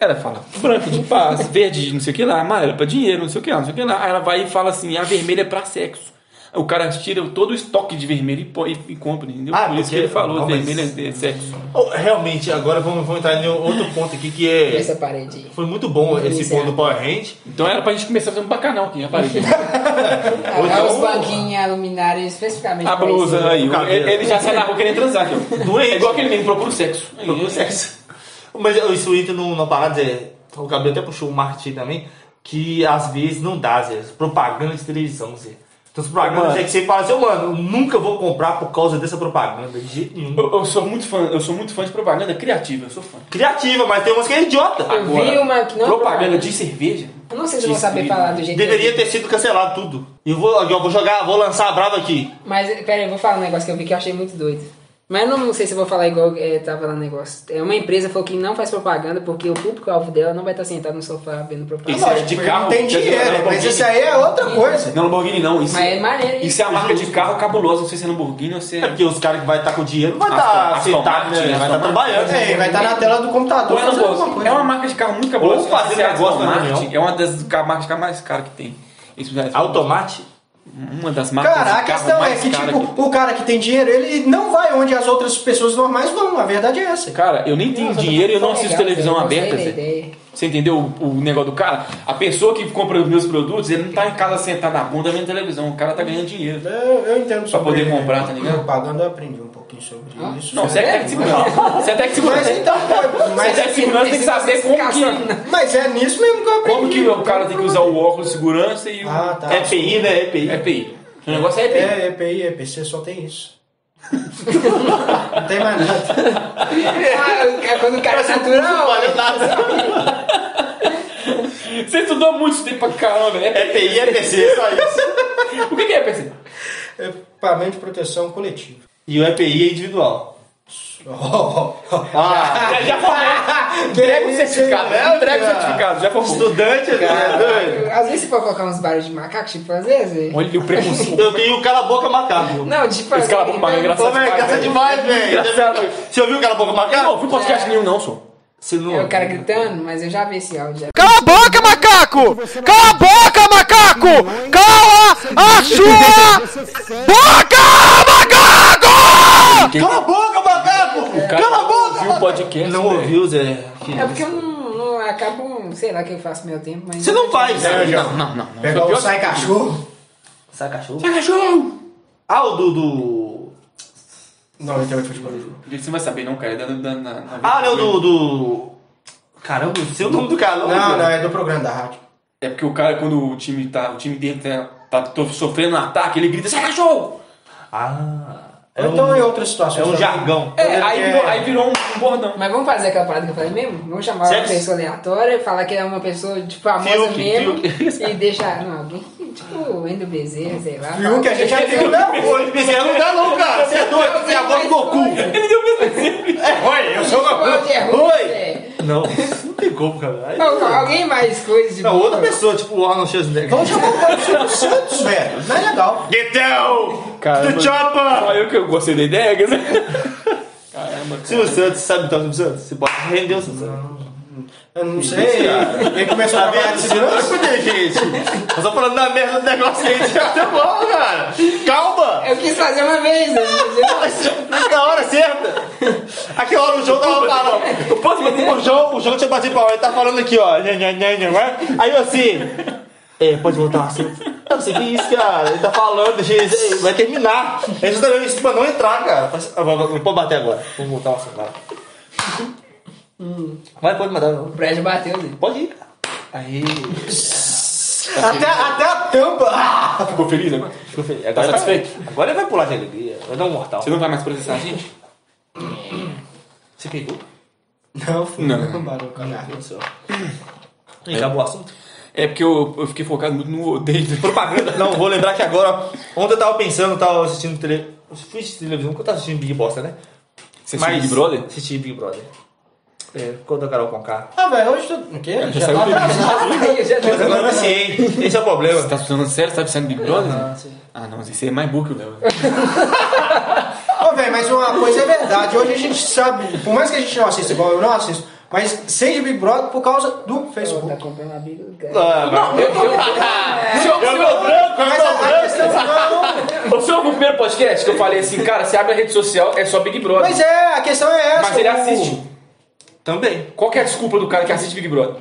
Speaker 4: Ela fala branco de paz, verde de não sei o que lá, amarelo pra dinheiro, não sei o que lá, não sei o que lá. Aí ela vai e fala assim, a vermelha é pra sexo. O cara tira todo o estoque de vermelho e, pô- e, e compra, entendeu?
Speaker 2: Ah,
Speaker 4: Por isso
Speaker 2: porque-
Speaker 4: que ele falou,
Speaker 2: não, mas-
Speaker 4: vermelho é é sexo.
Speaker 2: Oh, realmente, agora vamos, vamos entrar em outro ponto aqui que é.
Speaker 3: Essa parede aí.
Speaker 2: Foi muito bom esse
Speaker 3: Iniciar.
Speaker 2: ponto do Power Hand.
Speaker 4: Então era pra gente começar a fazer um bacanal aqui, rapaz.
Speaker 3: Ah,
Speaker 2: então-
Speaker 3: os banquinhos, a luminária, especificamente.
Speaker 4: A
Speaker 3: pra isso.
Speaker 4: blusa aí.
Speaker 2: O um cabelo.
Speaker 4: Ele, ele já sai na rua querendo transar aqui, ó.
Speaker 2: Não é
Speaker 4: É
Speaker 2: isso.
Speaker 4: igual aquele menino que procura o sexo. Aí,
Speaker 2: Procura o sexo. Mas isso entra no- na parada, Zé, o Gabriel até puxou o marketing também, que às vezes não dá, Zé. Propaganda de televisão, Zé. Então, as propagandas
Speaker 4: Mano.
Speaker 2: é que você fala assim, "Ô, mano, eu nunca vou comprar por causa dessa propaganda, de jeito nenhum.
Speaker 4: Eu, eu sou muito fã, eu sou muito fã de propaganda criativa, eu sou fã.
Speaker 2: Criativa, mas tem umas que é idiota.
Speaker 3: Eu vi uma que não. é
Speaker 4: propaganda de cerveja.
Speaker 3: Eu não sei se eu vou saber falar do jeito
Speaker 2: Deveria ter sido cancelado tudo. Eu vou, eu vou jogar, vou lançar a brava aqui.
Speaker 3: Mas, pera aí, eu vou falar um negócio que eu vi que eu achei muito doido. Mas eu não, sei se eu vou falar igual é, tava lá no negócio. É, uma empresa falou que não faz propaganda porque o público-alvo dela não vai estar sentado no sofá vendo propaganda.
Speaker 4: Isso é de
Speaker 5: Porque
Speaker 4: carro,
Speaker 5: Não tem
Speaker 4: quer dizer,
Speaker 5: dinheiro,
Speaker 4: não é
Speaker 5: mas
Speaker 4: Lamborghini.
Speaker 5: isso aí é outra coisa.
Speaker 4: Não, Lamborghini não, isso.
Speaker 3: Mas é maneiro
Speaker 4: Isso é a marca de carro cabulosa, não sei se é Lamborghini ou se
Speaker 2: É
Speaker 4: é.
Speaker 2: porque os caras que vai estar com dinheiro não vai
Speaker 4: Aston-
Speaker 2: estar
Speaker 4: Aston
Speaker 2: sentado,
Speaker 4: Martin,
Speaker 2: né? Vai
Speaker 4: Aston
Speaker 2: estar
Speaker 4: Martin.
Speaker 2: trabalhando.
Speaker 5: É, vai estar na tela do computador
Speaker 4: Ou é
Speaker 5: fazendo alguma
Speaker 4: Lamborghini.
Speaker 5: coisa.
Speaker 4: É uma marca de carro muito cabulosa.
Speaker 2: Ou fazer
Speaker 4: Se é a
Speaker 2: negócio
Speaker 4: Aston
Speaker 2: na
Speaker 4: Martin,
Speaker 2: reunião.
Speaker 4: É uma das ca- marcas de carro mais caras que tem. Isso já é-
Speaker 2: Automate?
Speaker 4: Uma das marcas
Speaker 5: Cara, a
Speaker 4: de carro
Speaker 5: questão é
Speaker 4: mais
Speaker 5: que,
Speaker 4: cara
Speaker 5: tipo,
Speaker 4: que-
Speaker 5: o cara que tem dinheiro, ele não vai onde as outras pessoas normais vão. A verdade é essa.
Speaker 4: Cara, eu nem tenho
Speaker 3: Nossa,
Speaker 4: dinheiro e eu não
Speaker 3: tá
Speaker 4: assisto
Speaker 3: legal,
Speaker 4: televisão
Speaker 3: eu gostei
Speaker 4: aberta,
Speaker 3: da
Speaker 4: Zé.
Speaker 3: ideia.
Speaker 4: Você entendeu o, o negócio do cara? A pessoa que compra os meus produtos, ele não tá em casa sentado na bunda vendo televisão. O cara tá ganhando dinheiro.
Speaker 5: Eu, eu entendo sobre
Speaker 4: poder comprar, tá ligado?
Speaker 5: Propaganda eu aprendi um pouquinho sobre isso.
Speaker 4: Não, você é técnico de segurança. Você é técnico de
Speaker 5: Mas
Speaker 4: segurança.
Speaker 5: então, pô,
Speaker 4: Mas
Speaker 5: mas,
Speaker 4: é segurança, tem que saber como que,
Speaker 5: mas é nisso mesmo que eu aprendi.
Speaker 4: como que o cara tem que usar o óculos de segurança e o
Speaker 5: Ah, tá.
Speaker 2: EPI, né? EPI.
Speaker 4: EPI. O negócio é EPI.
Speaker 5: É, EPI, EPC só tem isso. não tem mais nada.
Speaker 3: Ah, o cara- quando o cara
Speaker 2: um
Speaker 3: satura,
Speaker 2: Não tá- valeu nada.
Speaker 4: Você estudou muito tempo pra caramba, velho. É
Speaker 2: EPI, EPC, é só isso.
Speaker 4: O que que é EPC?
Speaker 5: Equipamento de proteção coletiva.
Speaker 2: E o EPI é individual. Ah,
Speaker 4: Já, já formou. Entrega o certificado.
Speaker 2: hein,
Speaker 4: Entrega o
Speaker 2: cara?
Speaker 4: certificado. Já formou.
Speaker 2: estudante, né? doido?
Speaker 3: Às vezes você pode colocar uns barulhos de macaco, tipo, às vezes.
Speaker 4: Olha o preconceito.
Speaker 2: Eu tenho o cala a boca macaco.
Speaker 3: Não, tipo.
Speaker 4: Esse cala a boca, mas é engraçado.
Speaker 2: Ô, velho, graça demais, velho. Você ouviu o cala a boca
Speaker 4: Eu não
Speaker 2: macaco?
Speaker 4: ouvi podcast nenhum, não, só.
Speaker 2: Você não.
Speaker 3: É o cara gritando, mas eu já vi esse áudio. já.
Speaker 9: Cala a boca, macaco! Cala a boca, macaco! Cala a sua boca, macaco!
Speaker 2: Cala a boca, macaco! Cala a boca!
Speaker 4: Viu o um podcast?
Speaker 2: Não
Speaker 4: velho.
Speaker 2: ouviu, Zé. Que
Speaker 3: É porque eu
Speaker 2: isso.
Speaker 3: não, não acabo, sei lá, que eu faço meu tempo, mas.
Speaker 2: Você não faz, Zé.
Speaker 5: Não, não, não. Pegar o sai cachorro.
Speaker 2: Sai cachorro.
Speaker 4: Sai, é cachorro!
Speaker 2: Ah, o do. do...
Speaker 5: 98 futebol.
Speaker 4: Você não vai saber, não, cara. É da- da- na- na-
Speaker 2: Ah, não, do. do... Caramba, eu não sei o nome do cara.
Speaker 5: Não, não, é do programa da rádio.
Speaker 4: É porque o cara, quando o time tá, o time dele tá, tá to- sofrendo um ataque, ele grita, sai cachorro!
Speaker 2: Ah. É
Speaker 5: Então
Speaker 2: um,
Speaker 5: é outra situação.
Speaker 2: é um jargão.
Speaker 4: É, aí,
Speaker 5: É.
Speaker 4: virou, aí virou um, um bordão.
Speaker 3: Mas vamos fazer aquela parada que eu falei mesmo? Vamos chamar uma
Speaker 2: Sexo?
Speaker 3: pessoa aleatória, falar que é uma pessoa tipo, famosa
Speaker 2: Fiuk,
Speaker 3: mesmo e deixar. Não, alguém que, tipo, Endo Bezerra, sei lá. é
Speaker 5: Viu um que a gente já né? viu,
Speaker 3: né?
Speaker 5: não?
Speaker 2: Pô, ele pensa, não dá não, cara. Você é doido, você é a voz do Goku.
Speaker 4: Ele deu o mesmo exemplo.
Speaker 2: Oi, eu sou o
Speaker 3: Fala de
Speaker 2: Goku.
Speaker 3: erro,
Speaker 2: Oi!
Speaker 3: é.
Speaker 2: Não, não tem como, cara. Aí-
Speaker 3: Não, alguém mais coisa de
Speaker 2: Não,
Speaker 3: boa.
Speaker 2: outra pessoa, tipo o Arnold Schwarzenegger.
Speaker 5: Vamos chamar Então o cara do Silvio Santos, velho. Não é legal.
Speaker 2: Get down!
Speaker 4: Caramba.
Speaker 2: Do chopper!
Speaker 4: Só eu que eu gostei da ideia, quer dizer. Caramba, cara.
Speaker 2: Silvio Santos, sabe então Silvio Santos? Você pode render o Silvio Santos.
Speaker 5: Eu não sei. Ele começou
Speaker 2: Tá
Speaker 5: a trabalhar de
Speaker 2: Não
Speaker 5: segurança.
Speaker 2: escutei, gente. Eu só falando da merda do negócio aí, já tá bom, cara. Calma!
Speaker 3: Eu quis fazer uma vez, né?
Speaker 2: Na é hora certa! Aquela hora o João tava falando. Eu posso bater pro João, o João tinha batido pra hora, ele tá falando aqui, ó. Nhan, nhan, nhan, nhan, né? Aí eu assim. É, pode voltar assim. Eu não sei o que é isso, cara. Ele tá falando, gente, ei, vai terminar. É justamente isso pra não entrar, cara. Faz- ah, Não pode bater agora. Vamos voltar assim, vai. Vai, pode mandar. não.
Speaker 3: O prédio bateu, né?
Speaker 2: Pode ir, cara. Aí.
Speaker 5: Até, até a tampa. Ah!
Speaker 4: Ficou feliz agora?
Speaker 2: Ficou feliz.
Speaker 4: Tá
Speaker 2: Agora, vai,
Speaker 4: satisfeito?
Speaker 2: agora ele vai pular de alegria. Vai dar um mortal.
Speaker 4: Você não vai mais processar a gente?
Speaker 2: Você pegou?
Speaker 5: Não, filho.
Speaker 4: Não.
Speaker 5: Não barulho, cara.
Speaker 2: Meu Deus do céu. E acabou o assunto.
Speaker 4: É porque eu, eu fiquei focado muito no odeio.
Speaker 2: Propaganda. Não, vou lembrar que agora. Ontem eu tava pensando, eu tava assistindo tele. eu Fui assistir televisão porque eu tava assistindo Big Bosta, né?
Speaker 4: Você assistiu Big é Brother?
Speaker 2: Assisti Big Brother. É, ficou da Carol Conká.
Speaker 5: Ah, velho, hoje tu. O quê? Já
Speaker 4: É, saiu
Speaker 5: tá
Speaker 4: do-
Speaker 5: atrasado.
Speaker 3: Aí eu já tô-
Speaker 2: Mas agora eu viciei. Esse é o problema.
Speaker 4: Você tá funcionando sério? Tá precisando de Big Brother?
Speaker 2: Ah, sim.
Speaker 4: Ah, não, você é mais burro que o Léo.
Speaker 5: Ô, velho, mas uma coisa é verdade. Hoje a gente sabe, por mais que a gente não assista igual eu não assisto, mas sei de Big Brother por causa do
Speaker 3: Pô, Tá
Speaker 5: Facebook.
Speaker 3: comprando a briga do cara.
Speaker 2: Ah, mas-
Speaker 4: Eu, eu,
Speaker 2: Eu meu branco, eu
Speaker 5: Mas
Speaker 2: meu
Speaker 5: a, a
Speaker 2: branco.
Speaker 5: questão não.
Speaker 4: Só no primeiro podcast que eu falei assim, cara, você abre a rede social, é só Big Brother.
Speaker 5: Mas é, a questão é essa.
Speaker 4: Mas ele
Speaker 5: o-
Speaker 4: assiste.
Speaker 2: Também.
Speaker 4: Qual que é a desculpa do cara que assiste Big Brother?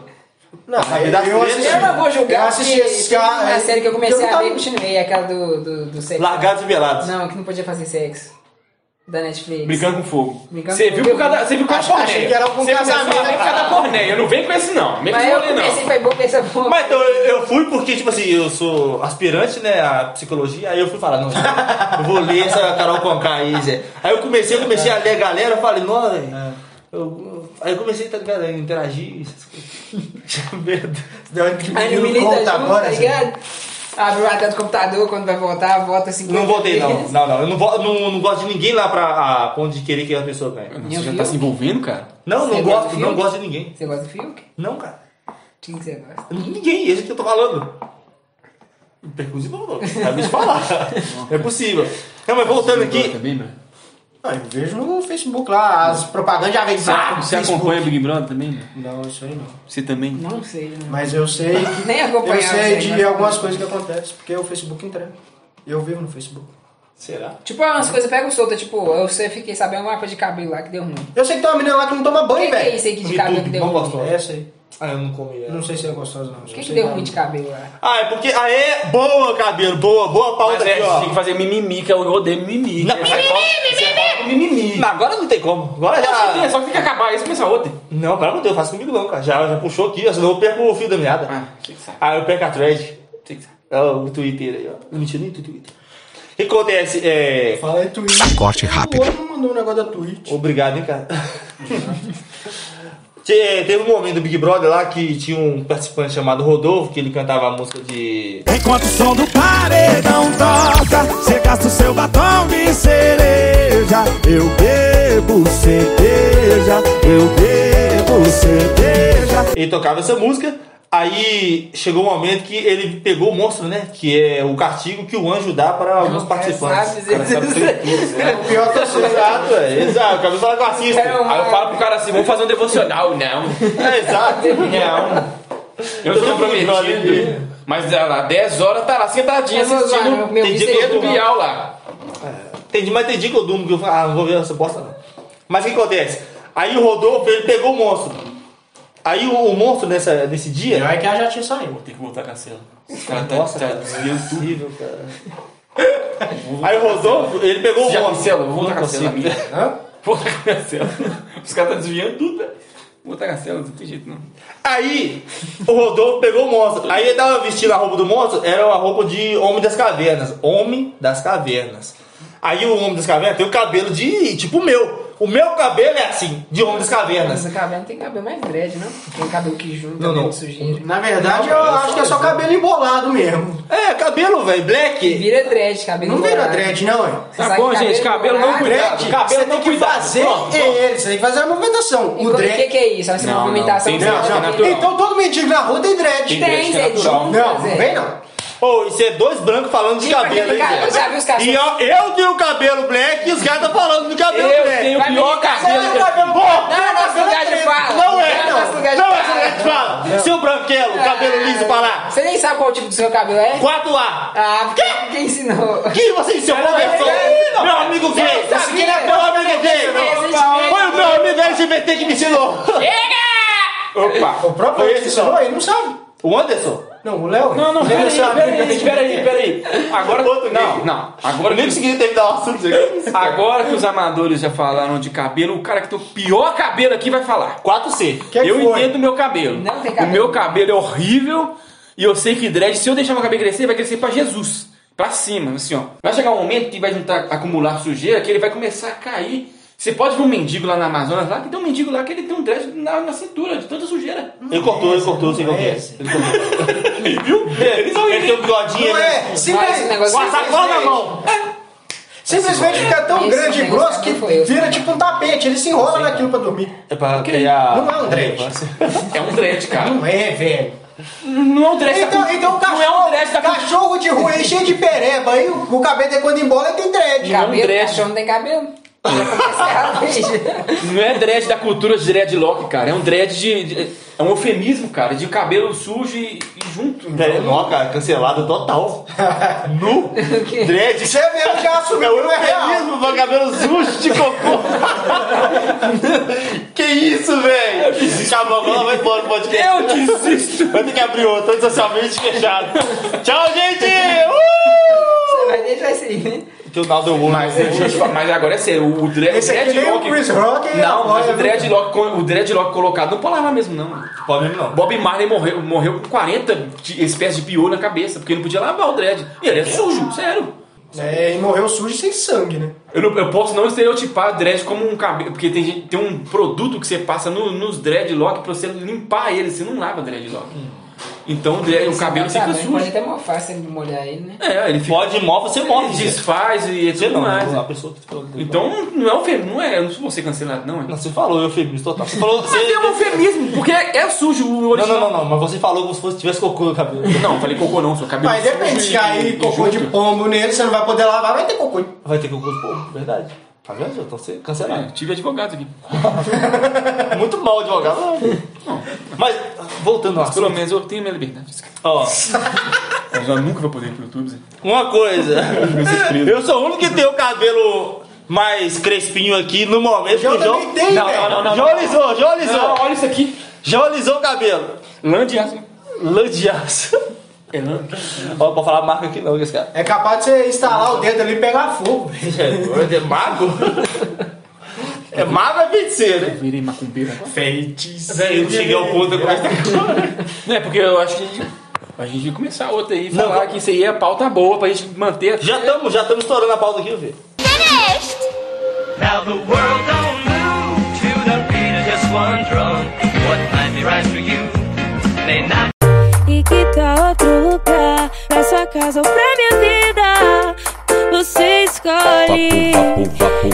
Speaker 5: Não,
Speaker 2: vida
Speaker 5: eu
Speaker 2: dele.
Speaker 5: assisti.
Speaker 3: Eu não vou julgar.
Speaker 5: Eu assisti
Speaker 3: porque
Speaker 5: esse
Speaker 3: tem
Speaker 5: cara.
Speaker 3: Uma série que eu comecei
Speaker 5: não
Speaker 3: a
Speaker 5: tava-
Speaker 3: ver e continuei, aquela do, do, do sexo.
Speaker 2: Largados e velados.
Speaker 3: Não, que não podia fazer sexo. Da Netflix.
Speaker 4: Brincando com fogo.
Speaker 3: Brincando
Speaker 4: Você
Speaker 3: com
Speaker 4: viu
Speaker 3: fogo.
Speaker 4: por cada, você viu por causa da
Speaker 5: Achei
Speaker 4: porneia.
Speaker 5: que era algum
Speaker 4: Você começou a
Speaker 5: casamento.
Speaker 4: ver por causa da porneia. Eu não venho com esse não. Vem com
Speaker 3: Mas
Speaker 4: esse
Speaker 3: eu
Speaker 4: rolê
Speaker 3: comecei,
Speaker 4: não.
Speaker 3: foi bom, pensa bom.
Speaker 2: Mas então eu eu fui porque, tipo assim, eu sou aspirante, né, a psicologia, aí eu fui falar, não, gente, eu vou ler essa Carol Conká aí, Zé. Aí eu comecei, eu comecei a ler a galera, eu falei, nossa,
Speaker 5: É.
Speaker 2: eu- eu- aí eu comecei tá ligado, a interagir, essas coisas. Tinha medo.
Speaker 5: Deu um tiro no
Speaker 3: Aí não milita
Speaker 5: conta
Speaker 3: junto,
Speaker 5: agora,
Speaker 3: tá
Speaker 5: assim.
Speaker 3: ligado? Abre o até do computador, quando vai voltar, volta assim. 50
Speaker 2: Não votei, não.
Speaker 3: vezes.
Speaker 2: Não, não. Eu não, vo- não, não gosto de ninguém lá pra a ponto de querer que a pessoa ganhe.
Speaker 4: Você já
Speaker 3: Meu
Speaker 4: tá
Speaker 3: Deus.
Speaker 4: se envolvendo, cara?
Speaker 2: Não,
Speaker 3: Você é
Speaker 2: não
Speaker 3: gosta
Speaker 2: gosto,
Speaker 3: do
Speaker 2: não
Speaker 3: filme?
Speaker 2: gosto de ninguém.
Speaker 3: Você gosta do Fiuk?
Speaker 2: Não, cara.
Speaker 3: De quem que você gosta?
Speaker 2: Ninguém, esse que eu tô falando. Percusivo não, sabe de falar. É possível. Não, mas voltando aqui,
Speaker 4: Também, mano.
Speaker 5: Não, Ah, eu vejo no Facebook lá, as propagandas já vem de saco.
Speaker 4: Ah, Você
Speaker 5: Facebook.
Speaker 4: acompanha Big Brother também? né?
Speaker 5: Não, isso aí não.
Speaker 4: Você também?
Speaker 3: Não sei, né?
Speaker 5: Mas eu sei.
Speaker 3: Nem acompanhar,
Speaker 5: Eu sei
Speaker 3: eu sei, mas-
Speaker 5: de algumas coisas que acontecem, porque o Facebook entrega. Eu vivo no Facebook.
Speaker 2: Será?
Speaker 3: Tipo, umas coisas pegam solta, tipo, eu sei, fiquei sabendo alguma coisa de cabelo lá que deu ruim.
Speaker 5: Eu sei que tem uma menina lá que não toma
Speaker 3: O que
Speaker 5: banho,
Speaker 3: que é
Speaker 5: velho.
Speaker 3: isso aí que de
Speaker 2: Me
Speaker 3: cabelo que
Speaker 2: tudo,
Speaker 3: deu
Speaker 2: não
Speaker 3: ruim?
Speaker 2: gosto.
Speaker 5: É essa aí.
Speaker 2: Ah, eu não comi.
Speaker 5: Eu Não sei se é gostosa, não.
Speaker 3: O que, que deu ruim de cabelo lá?
Speaker 2: Ah, é porque. Ah, é boa, cabelo. Boa, boa
Speaker 4: Mas
Speaker 2: pauta
Speaker 4: é,
Speaker 2: aqui,
Speaker 4: você tem que
Speaker 2: ó.
Speaker 4: fazer mimimi, que é eu odeio mimimi.
Speaker 2: Não,
Speaker 4: Você faz
Speaker 2: mimimi,
Speaker 4: falta- você faz com mimimi.
Speaker 2: Mas agora não tem como. Agora
Speaker 4: Não,
Speaker 2: já.
Speaker 4: só que tem que acabar isso e começar outra.
Speaker 2: Não, pelo amor de Deus, faça comigo não, cara. Já, já puxou aqui, ó, senão eu perco o fio da meada.
Speaker 4: Ah, você que sabe.
Speaker 2: Ah, eu perco a thread.
Speaker 4: Você que sabe.
Speaker 2: É o Twitter aí, ó. Não, Mentira, nem Twitter. O que acontece? É.
Speaker 5: Fala aí, Twitch.
Speaker 9: Corte rápido.
Speaker 5: O outro mandou um negócio da Twitch.
Speaker 2: Obrigado, hein, cara. Te- Teve um momento do Big Brother lá que tinha um participante chamado Rodolfo, que ele cantava a música de.
Speaker 9: Enquanto o som do paredão toca, você gasta o seu batom de cereja. Eu bebo cerveja, eu bebo cerveja.
Speaker 2: Ele tocava essa música. Aí chegou um momento que ele pegou o monstro, né? Que é o castigo que o anjo dá para alguns participantes.
Speaker 3: Sabe, Zé?
Speaker 2: É,
Speaker 5: O pior que eu sei.
Speaker 2: Exato, é, exato. O cabelo fala que eu assisto.
Speaker 3: Era uma-
Speaker 4: Aí eu falo pro cara assim, vamos fazer um devocional. Não.
Speaker 2: É, um. exato.
Speaker 4: Não. Eu
Speaker 2: Todo
Speaker 4: sou
Speaker 2: mundo olha
Speaker 4: prometido.
Speaker 2: aqui.
Speaker 4: Mas ah, lá, 10 horas tá lá sentadinha
Speaker 3: Mas, mano,
Speaker 4: assistindo
Speaker 3: meu
Speaker 2: tem
Speaker 3: vice
Speaker 2: dia que
Speaker 4: Pedro
Speaker 3: é de-
Speaker 4: Bial lá.
Speaker 2: Entendi, mas entendi que eu durmo, que eu falo, ah, não vou ver essa bosta não. Mas o que acontece? Aí o Rodolfo, ele pegou o monstro. Aí o, o monstro nessa, nesse dia.
Speaker 5: Pior é que ela já tinha saído.
Speaker 4: Tem que voltar com a cela. Esse cara tá,
Speaker 2: Nossa,
Speaker 4: tá
Speaker 2: cara,
Speaker 4: desviando tudo.
Speaker 2: possível, cara. Aí o Rodolfo, ele pegou o
Speaker 4: Já
Speaker 2: monstro.
Speaker 4: cancela, vou
Speaker 2: Não
Speaker 4: voltar com a cela
Speaker 2: consigo.
Speaker 4: minha.
Speaker 5: Hã?
Speaker 4: Vou voltar com a minha cela. Os caras tá desviando tudo, né? Vou voltar com a cela, não tem jeito não.
Speaker 2: Aí, o Rodolfo pegou o monstro. Aí ele tava vestindo a roupa do monstro, era uma roupa de Homem das Cavernas. Homem das Cavernas. Aí o Homem das Cavernas tem o cabelo de. tipo o meu. O meu cabelo é assim, de Homem das
Speaker 3: Mas
Speaker 2: Cavernas.
Speaker 3: o cabelo tem cabelo mais dread, não? Tem cabelo que junta,
Speaker 2: Não, não.
Speaker 3: cabelo de sujeira.
Speaker 5: Na verdade, eu acho que é só cabelo embolado mesmo.
Speaker 2: É, cabelo, velho, black.
Speaker 3: Vira dread, cabelo
Speaker 5: Não vira
Speaker 3: enrolado.
Speaker 5: dread, não, é?
Speaker 3: Você
Speaker 4: Tá
Speaker 3: sai
Speaker 4: bom,
Speaker 3: de
Speaker 4: gente, cabelo não
Speaker 3: enrolado,
Speaker 4: cuidado.
Speaker 5: Dread,
Speaker 4: Cabelo
Speaker 5: você
Speaker 4: não
Speaker 5: tem que
Speaker 4: cuidado.
Speaker 5: fazer
Speaker 4: Pronto,
Speaker 5: ele, você tem que fazer a movimentação.
Speaker 3: E
Speaker 5: O
Speaker 3: o que,
Speaker 5: dread.
Speaker 3: que é isso? Essa
Speaker 4: Não, não,
Speaker 3: movimentação
Speaker 4: tem
Speaker 3: que
Speaker 4: dread,
Speaker 3: você
Speaker 4: é
Speaker 3: vai
Speaker 4: natural.
Speaker 3: fazer.
Speaker 5: Então todo mendigo na rua tem dread.
Speaker 3: Tem,
Speaker 4: dread, que é
Speaker 3: Zé,
Speaker 4: natural.
Speaker 3: junta,
Speaker 5: Não,
Speaker 3: Zé.
Speaker 5: não vem não.
Speaker 2: Ô, isso é dois brancos falando de
Speaker 3: Ih,
Speaker 2: cabelo, hein,
Speaker 3: mas cara, eu já vi os
Speaker 2: velho?
Speaker 3: cachorros-
Speaker 2: E ó, eu tenho cabelo black e os caras tá falando do cabelo
Speaker 4: Eu
Speaker 2: black.
Speaker 4: tenho o
Speaker 3: Vai
Speaker 4: pior
Speaker 3: me ligar,
Speaker 4: cabelo. que-
Speaker 2: Porra!
Speaker 3: Não é nosso lugar de fala.
Speaker 2: Não é,
Speaker 3: Não é nosso lugar de
Speaker 2: Não é essa
Speaker 3: fala. É.
Speaker 2: que fala. Seu branquelo, cabelo liso para lá.
Speaker 3: Você nem sabe qual tipo do seu cabelo é?
Speaker 2: 4A.
Speaker 3: Ah, porque quem ensinou?
Speaker 2: Que é você e seu professor?
Speaker 3: não.
Speaker 2: Meu amigo gay. é
Speaker 3: não sabia.
Speaker 2: Meu amigo gay.
Speaker 3: Recentemente.
Speaker 2: Foi o meu amigo LGBT que me ensinou.
Speaker 4: Opa.
Speaker 5: O próprio
Speaker 2: Foi
Speaker 5: Anderson,
Speaker 2: esse só.
Speaker 5: ele não sabe.
Speaker 2: O Anderson?
Speaker 5: Não, o Léo.
Speaker 4: Não, não, peraí, peraí, peraí, peraí. Agora,
Speaker 2: é Outro
Speaker 4: não,
Speaker 2: gay.
Speaker 4: não.
Speaker 2: Eu
Speaker 4: Agora
Speaker 2: nem
Speaker 4: que, os-
Speaker 2: consegui terminar o assunto.
Speaker 4: agora que os amadores já falaram de cabelo, o cara que tem o pior cabelo aqui vai falar.
Speaker 2: 4C.
Speaker 5: Que
Speaker 4: eu
Speaker 5: foi?
Speaker 4: entendo o meu cabelo.
Speaker 3: Não tem cabelo.
Speaker 4: O meu cabelo é horrível e eu sei que dread, se eu deixar meu cabelo crescer, vai crescer pra Jesus. Pra cima, assim, ó. Vai chegar um momento que vai juntar, acumular sujeira, que ele vai começar a cair. Você pode ver um mendigo lá na Amazonas, lá que tem um mendigo lá que ele tem um dread na, na cintura, de tanta sujeira.
Speaker 2: Ele cortou, ele cortou, sei qual que é. Ele cortou. Ele viu?
Speaker 5: É.
Speaker 2: Ele tem um bigodinho,
Speaker 5: Não é,
Speaker 2: né?
Speaker 3: Mas esse
Speaker 5: simplesmente,
Speaker 3: negócio
Speaker 2: Com a sacola na mão.
Speaker 5: simplesmente fica tão
Speaker 3: Esse
Speaker 5: grande e
Speaker 3: negócio
Speaker 5: grosso que
Speaker 3: também foi eu.
Speaker 5: vira tipo um tapete. Ele se enrola naquilo pra dormir.
Speaker 2: É pra
Speaker 4: Ah,
Speaker 2: criar...
Speaker 5: Não é um dread.
Speaker 4: É um dread, cara.
Speaker 5: Não é, velho.
Speaker 4: Não é um dread da
Speaker 5: Então,
Speaker 4: cultura.
Speaker 5: então o
Speaker 4: Não é um
Speaker 5: cachorro,
Speaker 4: dread da cultura.
Speaker 5: cachorro de rua aí cheio de pereba. Aí o o cabelo dele quando embola ele tem dread.
Speaker 4: Não,
Speaker 3: Cabelo,
Speaker 4: dread.
Speaker 3: cachorro não tem cabelo.
Speaker 4: Não é dread da cultura de dreadlock, cara. É um dread de. de- é um eufemismo, cara, de cabelo sujo e, e junto.
Speaker 2: Não, cara, cancelado total. nu.
Speaker 3: quê?
Speaker 2: Dread. Você é mesmo que assumiu, não é real.
Speaker 10: Mesmo pra cabelo sujo de cocô.
Speaker 2: Que isso, velho? Acabou, agora vai embora o podcast.
Speaker 4: Eu desisto!
Speaker 2: Vai ter que abrir outro, antes socialmente fechado. Tchau, gente! Uh!
Speaker 3: Você vai deixar isso aí, né?
Speaker 2: Que o Naldo Woman.
Speaker 4: Gente, mas agora é sério, o, o dread,
Speaker 5: Esse
Speaker 4: o
Speaker 5: aqui nem o
Speaker 4: dreadlock.
Speaker 5: Chris Rock e
Speaker 4: não,
Speaker 5: agora
Speaker 4: mas
Speaker 5: é
Speaker 4: o
Speaker 5: do-
Speaker 4: dreadlock, co- o dreadlock colocado não pode lavar mesmo, não.
Speaker 2: Pode mesmo não.
Speaker 4: Bob Marley morreu, morreu com 40 de- espécies de piolho na cabeça, porque ele não podia lavar o dread. E ele é sujo, sério.
Speaker 5: É, e morreu sujo e sem sangue, né?
Speaker 4: Eu, não- eu posso não estereotipar dread como um cabelo. Porque tem, gente- tem um produto que você passa no, nos dreadlock pra você limpar ele. Você não lava dreadlock. Então o, dread- o cabelo fica
Speaker 3: Sabe, tá Pode
Speaker 4: sujo.
Speaker 3: até mofar se ele molhar ele, né?
Speaker 4: É, ele fica.
Speaker 2: Pode mó, você morre.
Speaker 4: Ele desfaz e
Speaker 2: Você
Speaker 4: tudo
Speaker 2: não,
Speaker 4: mais.
Speaker 2: não, a pessoa que falou.
Speaker 4: Então não é um fem- não é, não se você cancelado, não é.
Speaker 2: Não, você falou eufemismo total. tá. Você falou.
Speaker 4: Mas
Speaker 2: Você...
Speaker 4: é um eufemismo, porque é, é sujo o
Speaker 2: Não,
Speaker 4: original.
Speaker 2: não, não, não, mas você falou como se fosse tivesse cocô no cabelo.
Speaker 4: Não, eu falei cocô não, seu cabelo.
Speaker 5: Mas depende, se
Speaker 4: sujo e-
Speaker 5: cair
Speaker 4: e
Speaker 5: cocô de
Speaker 4: junto.
Speaker 5: pombo nele, você não vai poder lavar, vai ter cocô. de-
Speaker 2: Vai ter cocô de povo, verdade. Tá vendo? Então você
Speaker 4: É,
Speaker 2: cancelado.
Speaker 4: tive advogado aqui.
Speaker 2: Muito mal advogado. Mas, voltando ao
Speaker 4: Mas pelo
Speaker 2: assunto.
Speaker 4: menos eu tenho minha liberdade.
Speaker 2: Ó,
Speaker 4: Mas eu nunca vou poder ir pro YouTube, Zé.
Speaker 2: uma coisa.
Speaker 4: Vai ser preso.
Speaker 2: Eu sou o único que tem o cabelo mais crespinho aqui no momento.
Speaker 5: Eu
Speaker 2: que o João-
Speaker 5: também tenho,
Speaker 4: Não,
Speaker 5: velho.
Speaker 4: não, não, não.
Speaker 2: João alisou, João alisou.
Speaker 4: olha isso aqui.
Speaker 2: João alisou o cabelo.
Speaker 4: Lã de aço.
Speaker 2: Lã de aço.
Speaker 4: É lã?
Speaker 2: Ó, pode falar a marca aqui não, que esse cara.
Speaker 5: É capaz de você instalar o dedo ali e pegar fogo. velho.
Speaker 2: É mago? É mago é feiticeiro, né?
Speaker 4: Virei macumbeira agora.
Speaker 2: Véi, eu cheguei ao ponto eu comecei a
Speaker 4: Não, é porque eu acho que a gente, a gente ia começar outra aí e
Speaker 2: Não,
Speaker 4: falar
Speaker 2: não.
Speaker 4: que isso aí é pauta boa pra gente manter. a-
Speaker 2: Já estamos já tamo estourando a pauta aqui, viu?
Speaker 10: Now the world don't move to the beat of just one drum. What might be right for you may not
Speaker 7: E que tal outro lugar? Pra sua casa ou pra minha vida? Você escolhe.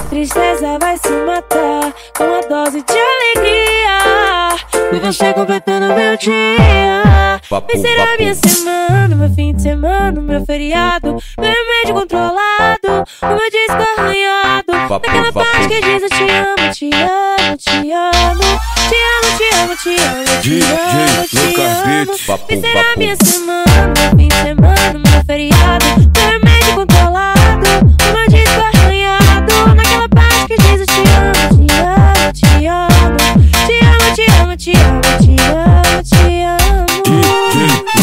Speaker 7: Tristeza vai se matar com uma dose de alegria. E você completando meu dia. Vai ser a minha semana, meu fim de semana, meu feriado. Meu remédio controlado, o meu disco arranhado. Naquela parte que diz eu te amo, te amo, te amo. Te amo, te amo, te amo, te amo, te amo. Vai ser a minha semana, meu fim de semana, meu feriado. Meu remédio controlado, o meu disco arranhado. Naquela parte que diz eu te amo, te amo, te amo. Te amo, te amo, te amo, te amo, te amo.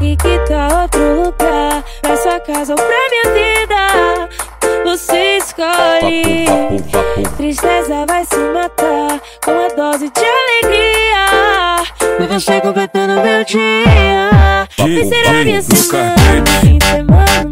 Speaker 7: E que tal outro lugar? Pra sua casa ou pra minha vida? Você escolhe. Tristeza vai se matar com uma dose de alegria. E você completando meu dia. Vai ser a minha semana, meu fim de semana, é